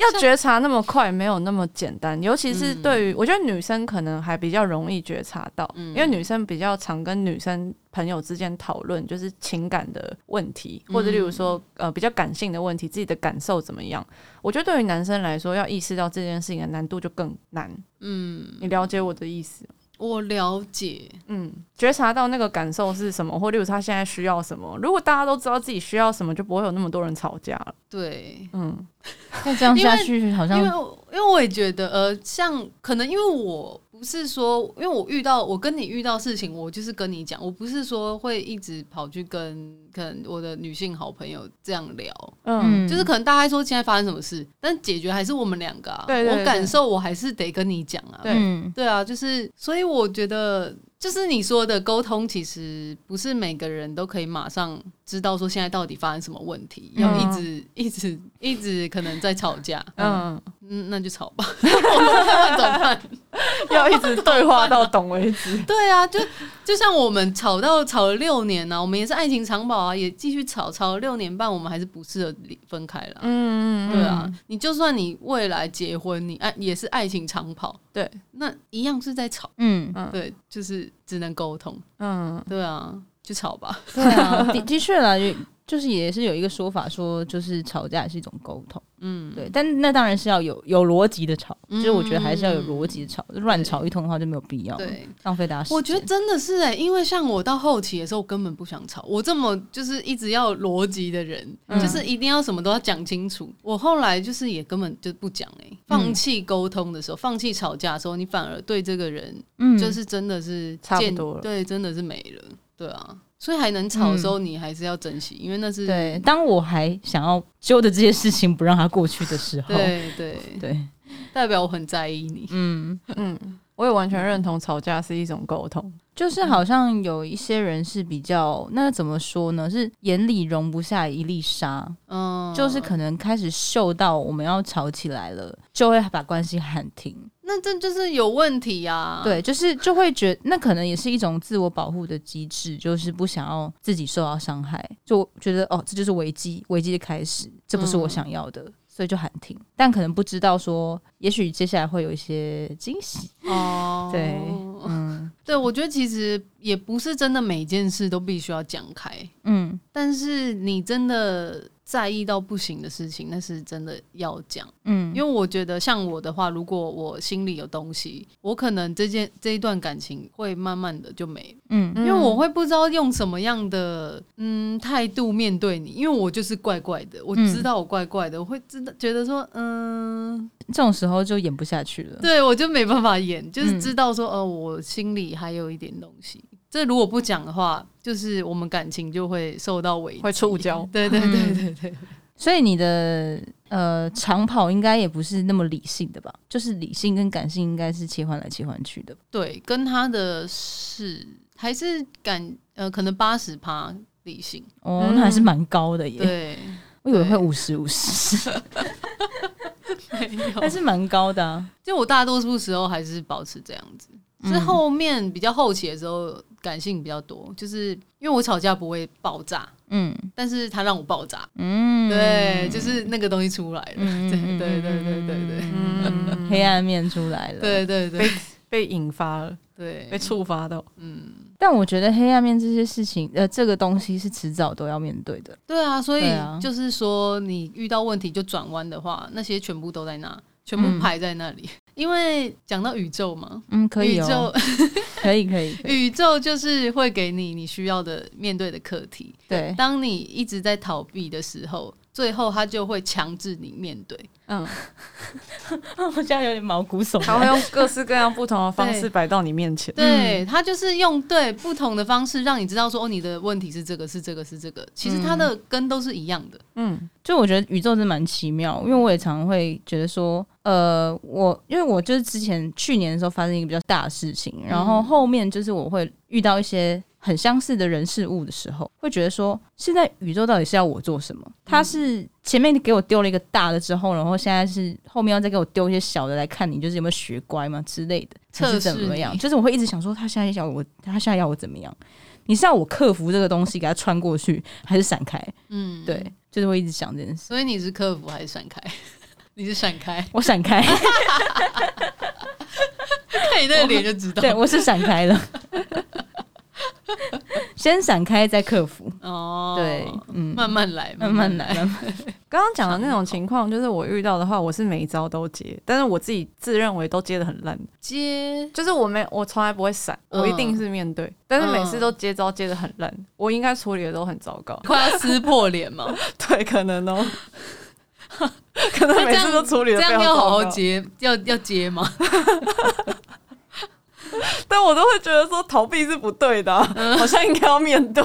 Speaker 2: 要觉察那么快，没有那么简单，尤其是对于、我觉得女生可能还比较容易觉察到，
Speaker 3: 嗯
Speaker 2: 因为女生比较常跟女生朋友之间讨论就是情感的问题，
Speaker 3: 嗯
Speaker 2: 或者例如说呃比较感性的问题，自己的感受怎么样。我觉得对于男生来说，要意识到这件事情的难度就更难。
Speaker 3: 嗯，
Speaker 2: 你了解我的意思？
Speaker 3: 我了解。
Speaker 2: 嗯，觉察到那个感受是什么，或例如他现在需要什么。如果大家都知道自己需要什么，就不会有那么多人吵架了。
Speaker 3: 对，
Speaker 2: 嗯
Speaker 1: 再这样下去，好
Speaker 3: 因为
Speaker 1: 像
Speaker 3: 我因为我也觉得，呃，像可能因为我不是说，因为我遇到我跟你遇到事情，我就是跟你讲，我不是说会一直跑去跟可能我的女性好朋友这样聊，
Speaker 2: 嗯
Speaker 3: 就是可能大概说现在发生什么事，但解决还是我们两个啊，
Speaker 2: 对对对
Speaker 3: 我感受我还是得跟你讲啊，
Speaker 2: 对
Speaker 1: 嗯
Speaker 3: 对啊，就是所以我觉得。就是你说的沟通，其实不是每个人都可以马上知道说现在到底发生什么问题，要一直、一直一直可能在吵架，
Speaker 2: 嗯，
Speaker 3: 嗯，那就吵吧， 我们看看怎么办？
Speaker 2: 要一直对话到懂为止。
Speaker 3: 对啊，就就像我们吵到吵了六年啊呢、我们也是爱情长跑啊，也继续吵，吵了六年半，我们还是不适合离分开了。
Speaker 2: 嗯，
Speaker 3: 对啊，你就算你未来结婚，你爱啊也是爱情长跑，
Speaker 2: 对，
Speaker 3: 那一样是在吵。
Speaker 1: 嗯，
Speaker 2: 嗯
Speaker 3: 对，就是只能沟通。
Speaker 2: 嗯
Speaker 3: 对啊，就吵吧。
Speaker 1: 对 啊，的的确啦，也就是也是有一个说法说，就是吵架也是一种沟通，
Speaker 3: 嗯，
Speaker 1: 对，但那当然是要有有逻辑的吵，就是我觉得还是要有逻辑的吵，乱吵一通的话就没有必要，
Speaker 3: 嗯对，
Speaker 1: 浪费大家时间。
Speaker 3: 我觉得真的是哎、因为像我到后期的时候，我根本不想吵。我这么就是一直要有逻辑的人，
Speaker 2: 嗯
Speaker 3: 就是一定要什么都要讲清楚。我后来就是也根本就不讲哎、
Speaker 1: 嗯
Speaker 3: 放弃沟通的时候，放弃吵架的时候，你反而对这个人
Speaker 1: 嗯
Speaker 3: 就是真的是
Speaker 2: 差不
Speaker 3: 见
Speaker 2: 多了
Speaker 3: 对，真的是没了，对啊。所以还能吵的时候，你还是要珍惜，因为那是
Speaker 1: 嗯对，当我还想要揪着这些事情不让它过去的时候，
Speaker 3: 对对，
Speaker 1: 对，
Speaker 3: 代表我很在意你。
Speaker 1: 嗯，
Speaker 2: 嗯，我也完全认同吵架是一种沟通。
Speaker 1: 就是好像有一些人是比较，那怎么说呢？是眼里容不下一粒沙，
Speaker 3: 嗯，
Speaker 1: 就是可能开始嗅到我们要吵起来了，就会把关系喊停。
Speaker 3: 那这就是有问题啊。，
Speaker 1: 对，就是就会觉那可能也是一种自我保护的机制，就是不想要自己受到伤害，就觉得哦，这就是危机，危机的开始，这不是我
Speaker 3: 嗯
Speaker 1: 想要的，所以就喊停。但可能不知道说，也许接下来会有一些惊喜。
Speaker 3: 哦，
Speaker 1: 对嗯
Speaker 3: 对，我觉得其实也不是真的每件事都必须要讲开，
Speaker 1: 嗯，
Speaker 3: 但是你真的在意到不行的事情，那是真的要讲。
Speaker 1: 嗯
Speaker 3: 因为我觉得像我的话，如果我心里有东西，我可能这件这一段感情会慢慢的就没了。
Speaker 1: 嗯
Speaker 3: 因为我会不知道用什么样的嗯态度面对你，因为我就是怪怪的，我
Speaker 1: 嗯
Speaker 3: 知道我怪怪的，我会知道觉得说嗯，
Speaker 1: 这种时候就演不下去了。
Speaker 3: 对我就没办法演，就是
Speaker 1: 嗯
Speaker 3: 知道说呃，我心里还有一点东西。这如果不讲的话，就是我们感情就会受到危机
Speaker 2: 会触礁
Speaker 3: 对对对
Speaker 1: 嗯
Speaker 3: 对对，
Speaker 1: 所以你的呃长跑应该也不是那么理性的吧？就是理性跟感性应该是切换来切换去的。
Speaker 3: 对，跟他的是还是感呃，可能八十趴理性，
Speaker 1: 哦，
Speaker 2: 嗯
Speaker 1: 那还是蛮高的耶！
Speaker 3: 对，
Speaker 1: 我以为会
Speaker 3: 对
Speaker 1: 五十五 十，
Speaker 3: 没
Speaker 1: 还
Speaker 3: 有，
Speaker 1: 是蛮高的、啊。
Speaker 3: 就我大多数时候还是保持这样子，是
Speaker 1: 嗯
Speaker 3: 后面比较后期的时候感性比较多，就是因为我吵架不会爆炸，
Speaker 1: 嗯
Speaker 3: 但是他让我爆炸，
Speaker 1: 嗯，
Speaker 3: 对，就是那个东西出来了，
Speaker 1: 嗯
Speaker 3: 对对对对对对
Speaker 1: 嗯黑暗面出来了。，
Speaker 3: 对对对
Speaker 2: 被引发了，被
Speaker 3: 对，
Speaker 2: 触发到，
Speaker 3: 嗯，
Speaker 1: 但我觉得黑暗面这些事情，呃，这个东西是迟早都要面对的。
Speaker 3: 对啊，所以
Speaker 1: 对啊
Speaker 3: 就是说，你遇到问题就转弯的话，那些全部都在那，全部
Speaker 1: 嗯
Speaker 3: 排在那里。 因为讲到宇宙嘛，
Speaker 1: 嗯，可以
Speaker 3: 宇宙
Speaker 1: 哦，可以，可以，可以
Speaker 3: 宇宙就是会给你你需要的面对的课题。
Speaker 1: 对，
Speaker 3: 当你一直在逃避的时候，最后它就会强制你面对。
Speaker 2: 嗯，
Speaker 1: 我现在有点毛骨悚
Speaker 2: 他
Speaker 1: 然。
Speaker 2: 会用各式各样不同的方
Speaker 3: 对
Speaker 2: 式摆到你面前，
Speaker 3: 对，
Speaker 1: 嗯
Speaker 3: 它就是用对不同的方式让你知道说，哦，你的问题是这个，是这个，是这个。其实它
Speaker 1: 嗯
Speaker 3: 的根都是一样的。
Speaker 2: 嗯
Speaker 1: 就我觉得宇宙真的蛮奇妙，因为我也常会觉得说，呃，我因为我就是之前去年的时候发生一个比较大的事情，然后
Speaker 3: 嗯
Speaker 1: 后面就是我会遇到一些很相似的人事物的时候，会觉得说，现在宇宙到底是要我做
Speaker 3: 嗯
Speaker 1: 什么？它是前面给我丢了一个大的之后，然后现在是后面要再给我丢一些小的来看你就是有没有学乖嘛之类的，
Speaker 3: 测试
Speaker 1: 还是怎么样？
Speaker 3: 你
Speaker 1: 就是我会一直想说，他现在要我，他现在要我怎么样？你是要我克服这个东西，给他穿过去，还是闪开？
Speaker 3: 嗯，
Speaker 1: 对，就是会一直想这件事。
Speaker 3: 所以你是克服还是闪开？ 你是闪开，
Speaker 1: 我闪 开，
Speaker 3: 看 你那个脸就知道。
Speaker 1: 对我是闪开 了，先闪开再克服，
Speaker 3: 哦，
Speaker 1: 对，嗯，
Speaker 3: 慢慢来，
Speaker 1: 慢慢来，。慢慢
Speaker 2: 刚刚讲的那种情况，就是我遇到的话，我是每一招都接，但是我自己自认为都接的很烂，
Speaker 3: 接
Speaker 2: 就是我没我从来不会闪，
Speaker 3: 嗯，
Speaker 2: 我一定是面对，但是每次都接招接的很烂，我应该处理的都很糟糕
Speaker 3: 快要撕破脸嘛，
Speaker 2: 对，可能哦。可能每次都处理的
Speaker 3: 这
Speaker 2: 非
Speaker 3: 样
Speaker 2: 常糟糕，
Speaker 3: 要好好接，要要接吗？
Speaker 2: 但我都会觉得说逃避是不对的啊、
Speaker 1: 嗯
Speaker 2: 好像应该要面 对。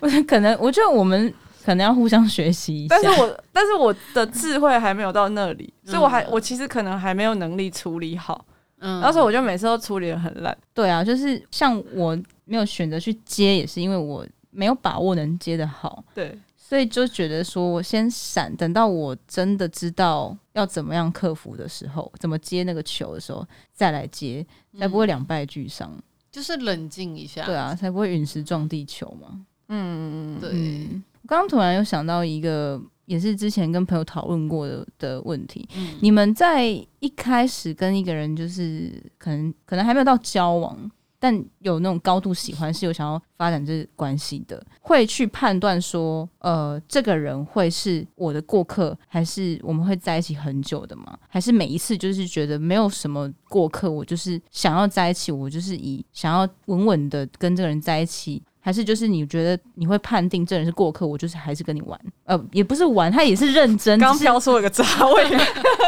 Speaker 1: 我觉得可能，我觉得我们可能要互相学习一下
Speaker 2: 但。是我但是我的智慧还没有到那里，所以我还
Speaker 3: 嗯
Speaker 2: 我其实可能还没有能力处理好，
Speaker 3: 嗯
Speaker 2: 然后所以我就每次都处理的很烂。
Speaker 1: 对啊，就是像我没有选择去接，也是因为我没有把握能接的好，
Speaker 2: 对，
Speaker 1: 所以就觉得说我先闪，等到我真的知道要怎么样克服的时候，怎么接那个球的时候再来接，才不会两败俱伤。
Speaker 3: 就是冷静一下，
Speaker 1: 对啊，才不会陨石撞地球嘛。
Speaker 2: 嗯，
Speaker 3: 对，
Speaker 1: 嗯，我刚刚突然又想到一个，也是之前跟朋友讨论过的的问题。
Speaker 3: 嗯
Speaker 1: 你们在一开始跟一个人，就是可能可能还没有到交往，但有那种高度喜欢，是有想要发展这关系的，会去判断说，呃，这个人会是我的过客，还是我们会在一起很久的吗？还是每一次就是觉得没有什么过客，我就是想要在一起，我就是以想要稳稳的跟这个人在一起。还是就是你觉得你会判定这人是过客，我就是还是跟你玩，呃，也不是玩，他也是认真，
Speaker 2: 刚
Speaker 1: 只是
Speaker 2: 飘出了个渣味，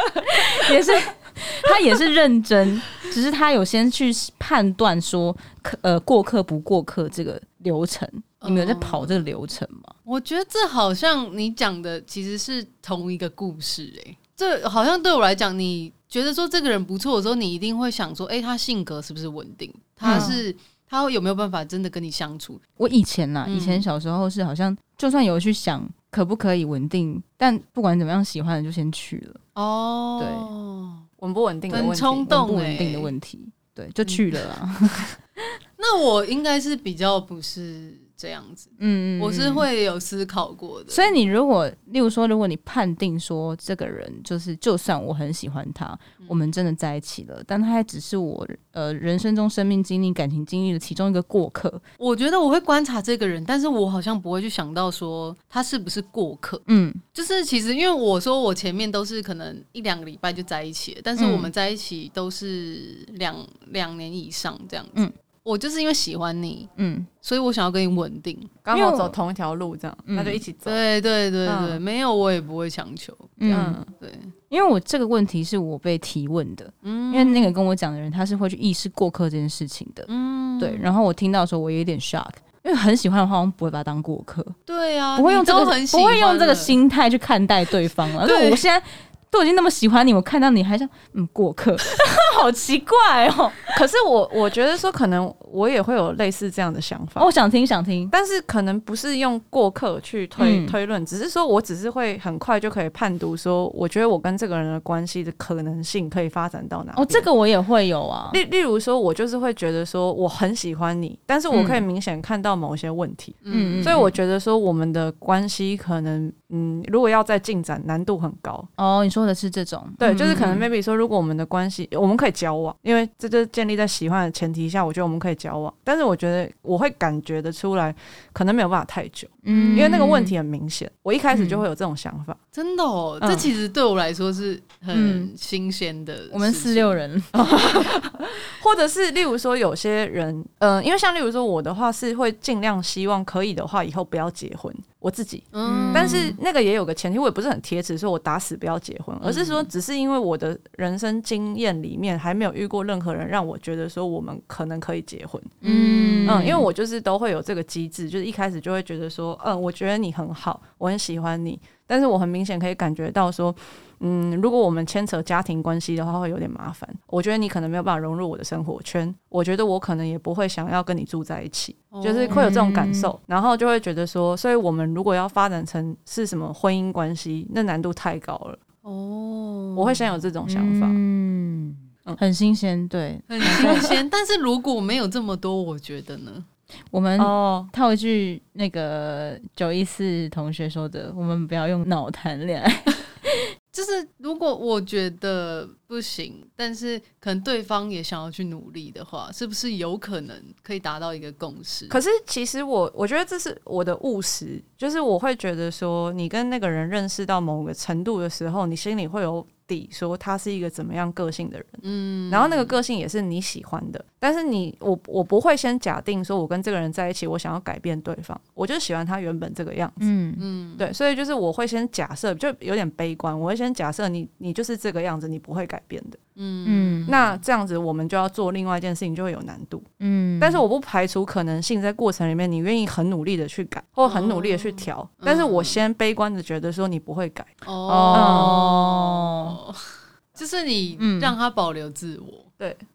Speaker 1: 也是 他也是认真，只是他有先去判断说客呃过客不过客这个流程，你们有在
Speaker 3: 哦
Speaker 1: 跑这个流程吗？
Speaker 3: 我觉得这好像你讲的其实是同一个故事诶、这好像对我来讲，你觉得说这个人不错的时候，你一定会想说，哎、他性格是不是稳定？他是、他有没有办法真的跟你相处？
Speaker 1: 我以前呐、
Speaker 3: 嗯
Speaker 1: 以前小时候是好像就算有去想可不可以稳定，但不管怎么样喜欢的就先去了。
Speaker 3: 哦，
Speaker 2: 稳不稳定的问
Speaker 3: 很
Speaker 2: 题。
Speaker 3: 冲动、欸，
Speaker 1: 不稳定的问题，对，就去了 啊。
Speaker 3: 那我应该是比较不是这样子，
Speaker 1: 嗯，
Speaker 3: 我是。会有思考过的。
Speaker 1: 所以你如果，例如说，如果你判定说这个人就是，就算我很喜欢他，
Speaker 3: 嗯
Speaker 1: 我们真的在一起了，但他还只是我呃人生中生命经历、感情经历的其中一个过客。
Speaker 3: 我觉得我会观察这个人，但是我好像不会去想到说他是不是过客。
Speaker 1: 嗯
Speaker 3: 就是其实因为我说我前面都是可能一两个礼拜就在一起了，但是
Speaker 1: 嗯
Speaker 3: 我们在一起都是两两年以上这样子。
Speaker 1: 嗯
Speaker 3: 我就是因为喜欢你，
Speaker 1: 嗯
Speaker 3: 所以我想要跟你稳定。
Speaker 2: 刚
Speaker 1: 因为
Speaker 2: 好
Speaker 1: 我
Speaker 2: 走同一条路，这样
Speaker 1: 嗯
Speaker 2: 那就一起走。
Speaker 3: 对对对对，
Speaker 2: 嗯
Speaker 3: 没有我也不会强求。
Speaker 1: 嗯，
Speaker 2: 嗯，
Speaker 3: 对，
Speaker 1: 因为我这个问题是我被提问的，
Speaker 3: 嗯
Speaker 1: 因为那个跟我讲的人他是会去意识过客这件事情的。
Speaker 3: 嗯
Speaker 1: 对，然后我听到的时候我也有点 shock，因为很喜欢的话，我们不会把他当过客。
Speaker 3: 对啊，
Speaker 1: 不会用
Speaker 3: 你
Speaker 1: 这
Speaker 3: 都
Speaker 1: 个
Speaker 3: 很喜
Speaker 1: 不会用
Speaker 3: 欢
Speaker 1: 这个
Speaker 3: 了
Speaker 1: 心态去看待对方了。
Speaker 3: 对
Speaker 1: 那我现在都已经那么喜欢你，我看到你还像嗯过 客，好奇怪哦。
Speaker 2: 可是我我觉得说，可能我也会有类似这样的想法，
Speaker 1: 哦我想听，想听。
Speaker 2: 但是可能不是用过客去推、
Speaker 1: 嗯
Speaker 2: 推论，只是说我只是会很快就可以判读说，我觉得我跟这个人的关系的可能性可以发展到哪边。
Speaker 1: 哦，这个我也会有啊。
Speaker 2: 例例如说，我就是会觉得说我很喜欢你，但是我可以明显看到某些问题，
Speaker 1: 嗯
Speaker 2: 所以我觉得说我们的关系可能，嗯，如果要再进展，难度很高。
Speaker 1: 哦，你说的是这种，
Speaker 2: 对，
Speaker 1: 嗯
Speaker 2: 就是可
Speaker 1: 嗯
Speaker 2: 能 maybe 说，如果我们的关系，我们可以交往，因为这就是建立在喜欢的前提下，我觉得我们可以交往。但是我觉得我会感觉得出来，可能没有办法太久，
Speaker 1: 嗯
Speaker 2: 因为那个问题很明显。我一开始就会有这种想法，
Speaker 3: 真的哦，
Speaker 2: 嗯
Speaker 3: 这其实对我来说是很
Speaker 1: 嗯
Speaker 3: 新鲜的事情、
Speaker 1: 我们四六人，
Speaker 2: 或者是例如说有些人，嗯、因为像例如说我的话是会尽量希望可以的话，以后不要结婚，我自己。
Speaker 3: 嗯，
Speaker 2: 但是那个也有个前提，我也不是很贴齿，说我打死不要结婚，而是
Speaker 1: 嗯
Speaker 2: 说只是因为我的人生经验里面还没有遇过任何人让我觉得说我们可能可以结婚。
Speaker 1: 嗯
Speaker 2: 嗯，因为我就是都会有这个机制，就是一开始就会觉得说，嗯，我觉得你很好，我很喜欢你，但是我很明显可以感觉到说，嗯，如果我们牵扯家庭关系的话，会有点麻烦。我觉得你可能没有办法融入我的生活圈，我觉得我可能也不会想要跟你住在一起，就是会有这种感受，然后就会觉得说，所以我们如果要发展成是什么婚姻关系，那难度太高了。
Speaker 3: 哦，
Speaker 2: 我会先有这种想法，
Speaker 1: 嗯
Speaker 2: 嗯，
Speaker 1: 很新鲜。对
Speaker 3: 很新鲜。 但是如果没有这么多，我觉得呢，
Speaker 1: 我们
Speaker 2: 哦，
Speaker 1: 套一句那个九一四同学说的，我们不要用脑谈恋爱。
Speaker 3: 就是如果我觉得不行，但是可能对方也想要去努力的话，是不是有可能可以达到一个共识？
Speaker 2: 可是其实我我觉得这是我的务实，就是我会觉得说，你跟那个人认识到某个程度的时候，你心里会有底，说他是一个怎么样个性的人，
Speaker 3: 嗯
Speaker 2: 然后那个个性也是你喜欢的。但是你我我不会先假定说我跟这个人在一起，我想要改变对方，我就喜欢他原本这个样子。
Speaker 1: 嗯
Speaker 3: 嗯，
Speaker 2: 对，所以就是我会先假设，就有点悲观，我会先假设你你就是这个样子，你不会改变的。
Speaker 3: 嗯
Speaker 1: 嗯
Speaker 2: 那这样子我们就要做另外一件事情，就会有难度。
Speaker 1: 嗯，
Speaker 2: 但是我不排除可能性，在过程里面你愿意很努力的去改，或很努力的去调。但是我先悲观的觉得说你不会改，嗯
Speaker 3: 哦，就是你
Speaker 1: 哦嗯
Speaker 3: 让他保留自我，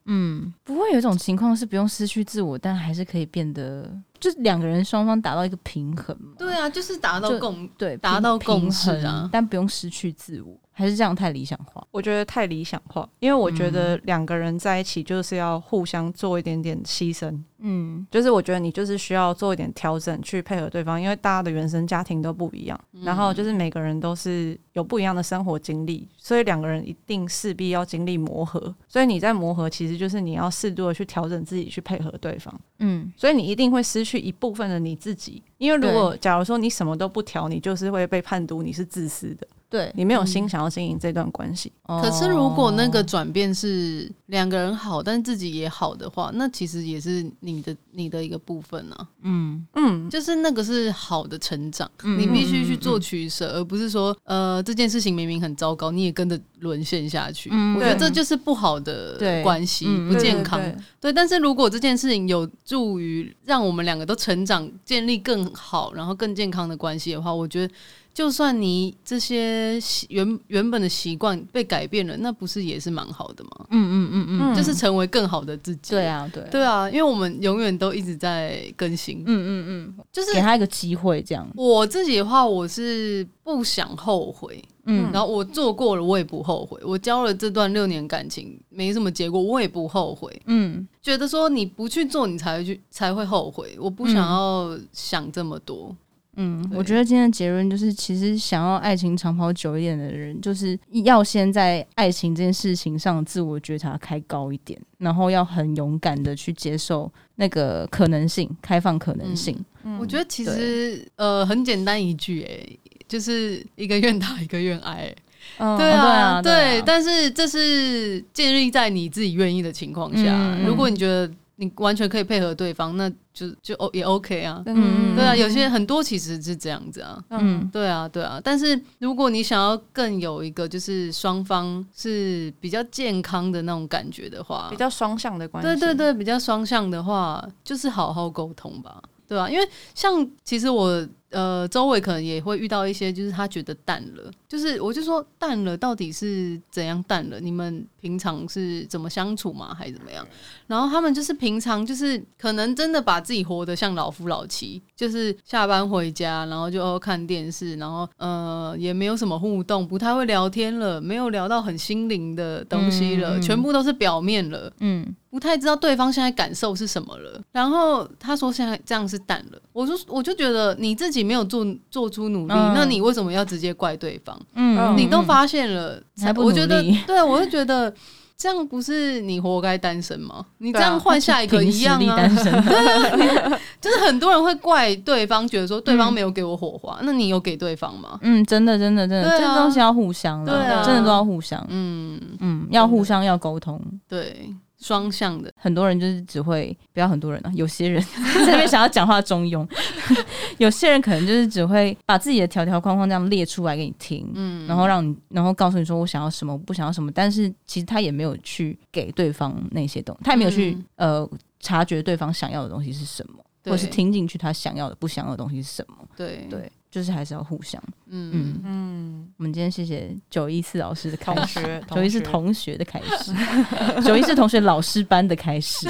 Speaker 1: 嗯，不会有一种情况是不用失去自我，但还是可以变得，就是两个人双方达到一个平衡嘛。
Speaker 3: 对啊，就是达到
Speaker 1: 就
Speaker 3: 共
Speaker 1: 对，
Speaker 3: 达
Speaker 1: 平
Speaker 3: 到共
Speaker 1: 平
Speaker 3: 识
Speaker 1: 衡
Speaker 3: 啊
Speaker 1: 但不用失去自我，还是这样太理想化。
Speaker 2: 我觉得太理想化，因为我觉得两个人在一起就是要互相做一点点牺牲，
Speaker 1: 嗯
Speaker 2: 就是我觉得你就是需要做一点调整去配合对方，因为大家的原生家庭都不一样，然后就是每个人都是有不一样的生活经历，所以两个人一定势必要经历磨合，所以你在磨合其实就是你要适度的去调整自己，去配合对方。
Speaker 1: 嗯
Speaker 2: 所以你一定会失去一部分的你自己，因为如果假如说你什么都不调，你就是会被判读你是自私的，
Speaker 1: 对。哦
Speaker 2: 你没有心想要经营这段关系。
Speaker 1: 可
Speaker 3: 可是如果那个转变是两个人好，但自己也好的话，那其实也是你的你的一个部分啊，
Speaker 1: 嗯，
Speaker 2: 嗯，
Speaker 3: 就是那个是好的成长，
Speaker 1: 嗯
Speaker 3: 你必须去做取舍，而不是说呃这件事情明明很糟糕，你也跟着沦陷下去。
Speaker 1: 嗯
Speaker 3: 我觉得
Speaker 2: 对
Speaker 3: 这就是不好的
Speaker 1: 对
Speaker 3: 关系，
Speaker 1: 嗯
Speaker 3: 不健康。
Speaker 2: 对对对
Speaker 3: 对，但是如果这件事情有助于让我们两个都成长，建立更好，然后更健康的关系的话，我觉得，就算你这些习原原本的习惯被改变了，那不是也是蛮好的吗？
Speaker 1: 嗯嗯嗯嗯嗯，
Speaker 2: 嗯
Speaker 3: 就是成为更好的自己。
Speaker 1: 对，啊，对，
Speaker 3: 对啊，因为我们永远都一直在更新，
Speaker 1: 嗯嗯嗯，
Speaker 3: 就是
Speaker 1: 给他一个机会，这样，
Speaker 3: 我自己的话，我是不想后悔，
Speaker 1: 嗯
Speaker 2: 嗯
Speaker 3: 然后我做过了，我也不后悔；我交了这段六年感情没什么结果，我也不后悔。
Speaker 1: 嗯
Speaker 3: 觉得说你不去做，你才会去才会后悔。我不想要想这么多，
Speaker 1: 嗯，
Speaker 3: 对
Speaker 1: 我觉得今天的结论就是，其实想要爱情长跑久一点的人，就是要先在爱情这件事情上自我觉察开高一点，然后要很勇敢的去接受那个可能性，开放可
Speaker 3: 嗯
Speaker 1: 能性。
Speaker 3: 我觉得其实呃很简单一句、欸，就是一个愿打一个愿挨、欸
Speaker 2: 嗯
Speaker 3: 对
Speaker 1: 对
Speaker 3: 啊，
Speaker 1: 啊对啊
Speaker 3: 对，但是这是建立在你自己愿意的情况下
Speaker 1: 嗯。
Speaker 3: 如果你觉得你完全可以配合对方，那就就哦也 OK 啊。
Speaker 1: 嗯
Speaker 3: 对啊，有些很多其实是这样子啊。
Speaker 1: 嗯
Speaker 3: 对啊，对啊。但是如果你想要更有一个就是双方是比较健康的那种感觉的话
Speaker 2: 比，较双向的关系，
Speaker 3: 对啊对对，比较双向的话，就是好好沟通吧，对啊吧、因为像其实我呃周围可能也会遇到一些，就是他觉得淡了，就是我就说淡了到底是怎样淡了？你们平常是怎么相处吗？还是怎么样？然后他们就是平常就是可能真的把自己活得像老夫老妻，就是下班回家，然后就哦看电视，然后呃也没有什么互动，不太会聊天了，没有聊到很心灵的东西了，
Speaker 1: 嗯嗯
Speaker 3: 全部都是表面了。
Speaker 1: 嗯
Speaker 3: 不太知道对方现在感受是什么了。然后他说现在这样是淡了，我就我就觉得你自己没有做做出努力，
Speaker 1: 嗯
Speaker 3: 那你为什么要直接怪对方？
Speaker 1: 嗯
Speaker 3: 你都发现了，
Speaker 1: 你还不
Speaker 3: 我觉得
Speaker 1: 努力
Speaker 3: 对我就觉得。这样不是你活该单身吗？你这
Speaker 2: 对
Speaker 3: 样
Speaker 2: 啊
Speaker 3: 换下一个
Speaker 1: 凭
Speaker 3: 一
Speaker 1: 实
Speaker 3: 样
Speaker 1: 力
Speaker 3: 啊，
Speaker 1: 单身，
Speaker 3: 就是很多人会怪对方，觉得说对方没有给我火花，那你有给对方吗？
Speaker 1: 嗯，真的真的真的，
Speaker 3: 对啊
Speaker 1: 这个东西要互相啦
Speaker 3: 对啊
Speaker 1: 真的都要互相，
Speaker 3: 嗯，
Speaker 1: 嗯，要互相要沟通。
Speaker 3: 对，双向的，
Speaker 1: 很多人就是只会不要很多人啊，有些人 在那边想要讲话中庸， 有些人可能就是只会把自己的条条框框这样列出来给你听，
Speaker 3: 嗯，
Speaker 1: 然后让你，然后告诉你说我想要什么，我不想要什么，但是其实他也没有去给对方那些东他也没有去、呃察觉对方想要的东西是什么，
Speaker 3: 嗯对
Speaker 1: 或是听进去他想要的不想要的东西是什么，
Speaker 3: 对
Speaker 1: 对，就是还是要互相。
Speaker 3: 嗯
Speaker 1: 嗯
Speaker 2: 嗯，
Speaker 1: 我们今天谢谢九一四老师的开
Speaker 2: 同
Speaker 1: 始。
Speaker 2: 学，
Speaker 1: 九一四
Speaker 2: 学，
Speaker 1: 同学的开始， 九一四同学老师班的开始。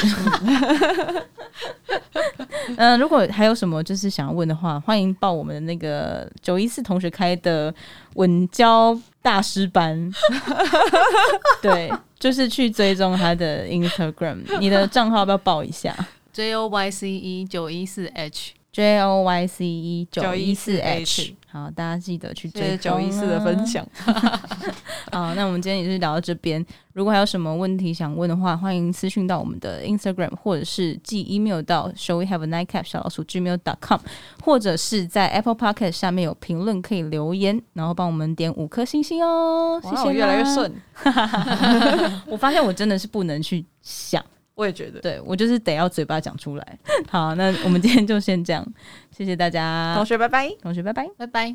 Speaker 1: 嗯、如果还有什么就是想要问的话，欢迎报我们的那个九一四同学开的稳教大师班。 对，就是去追踪他的 Instagram，你的账号要不要报一下
Speaker 3: ，J O Y C E 九一四 H，
Speaker 1: ？J O Y C E 九一四 H
Speaker 2: H。
Speaker 1: 好，大家记得去
Speaker 2: 谢
Speaker 1: 追
Speaker 2: 谢
Speaker 1: 踪、
Speaker 2: 九
Speaker 1: 啊。
Speaker 2: 一四的分享，
Speaker 1: 好，啊那我们今天也是聊到这边。如果还有什么问题想问的话，欢迎私讯到我们的 Instagram，或者是寄 email 到 shall we have a nightcap 小老鼠 gmail.com，或者是在 Apple Podcast 下面有评论可以留言，然后帮我们点五颗星星哦。谢
Speaker 2: 哇，
Speaker 1: 谢，
Speaker 2: 我越来越。顺，
Speaker 1: 我发现我真的是不能去想，
Speaker 2: 我也觉得。
Speaker 1: 对我就是得要嘴巴讲出来。好，那我们今天就先这样，谢谢大家
Speaker 2: 同，学，拜拜。
Speaker 1: 同学，拜拜。
Speaker 3: 拜拜。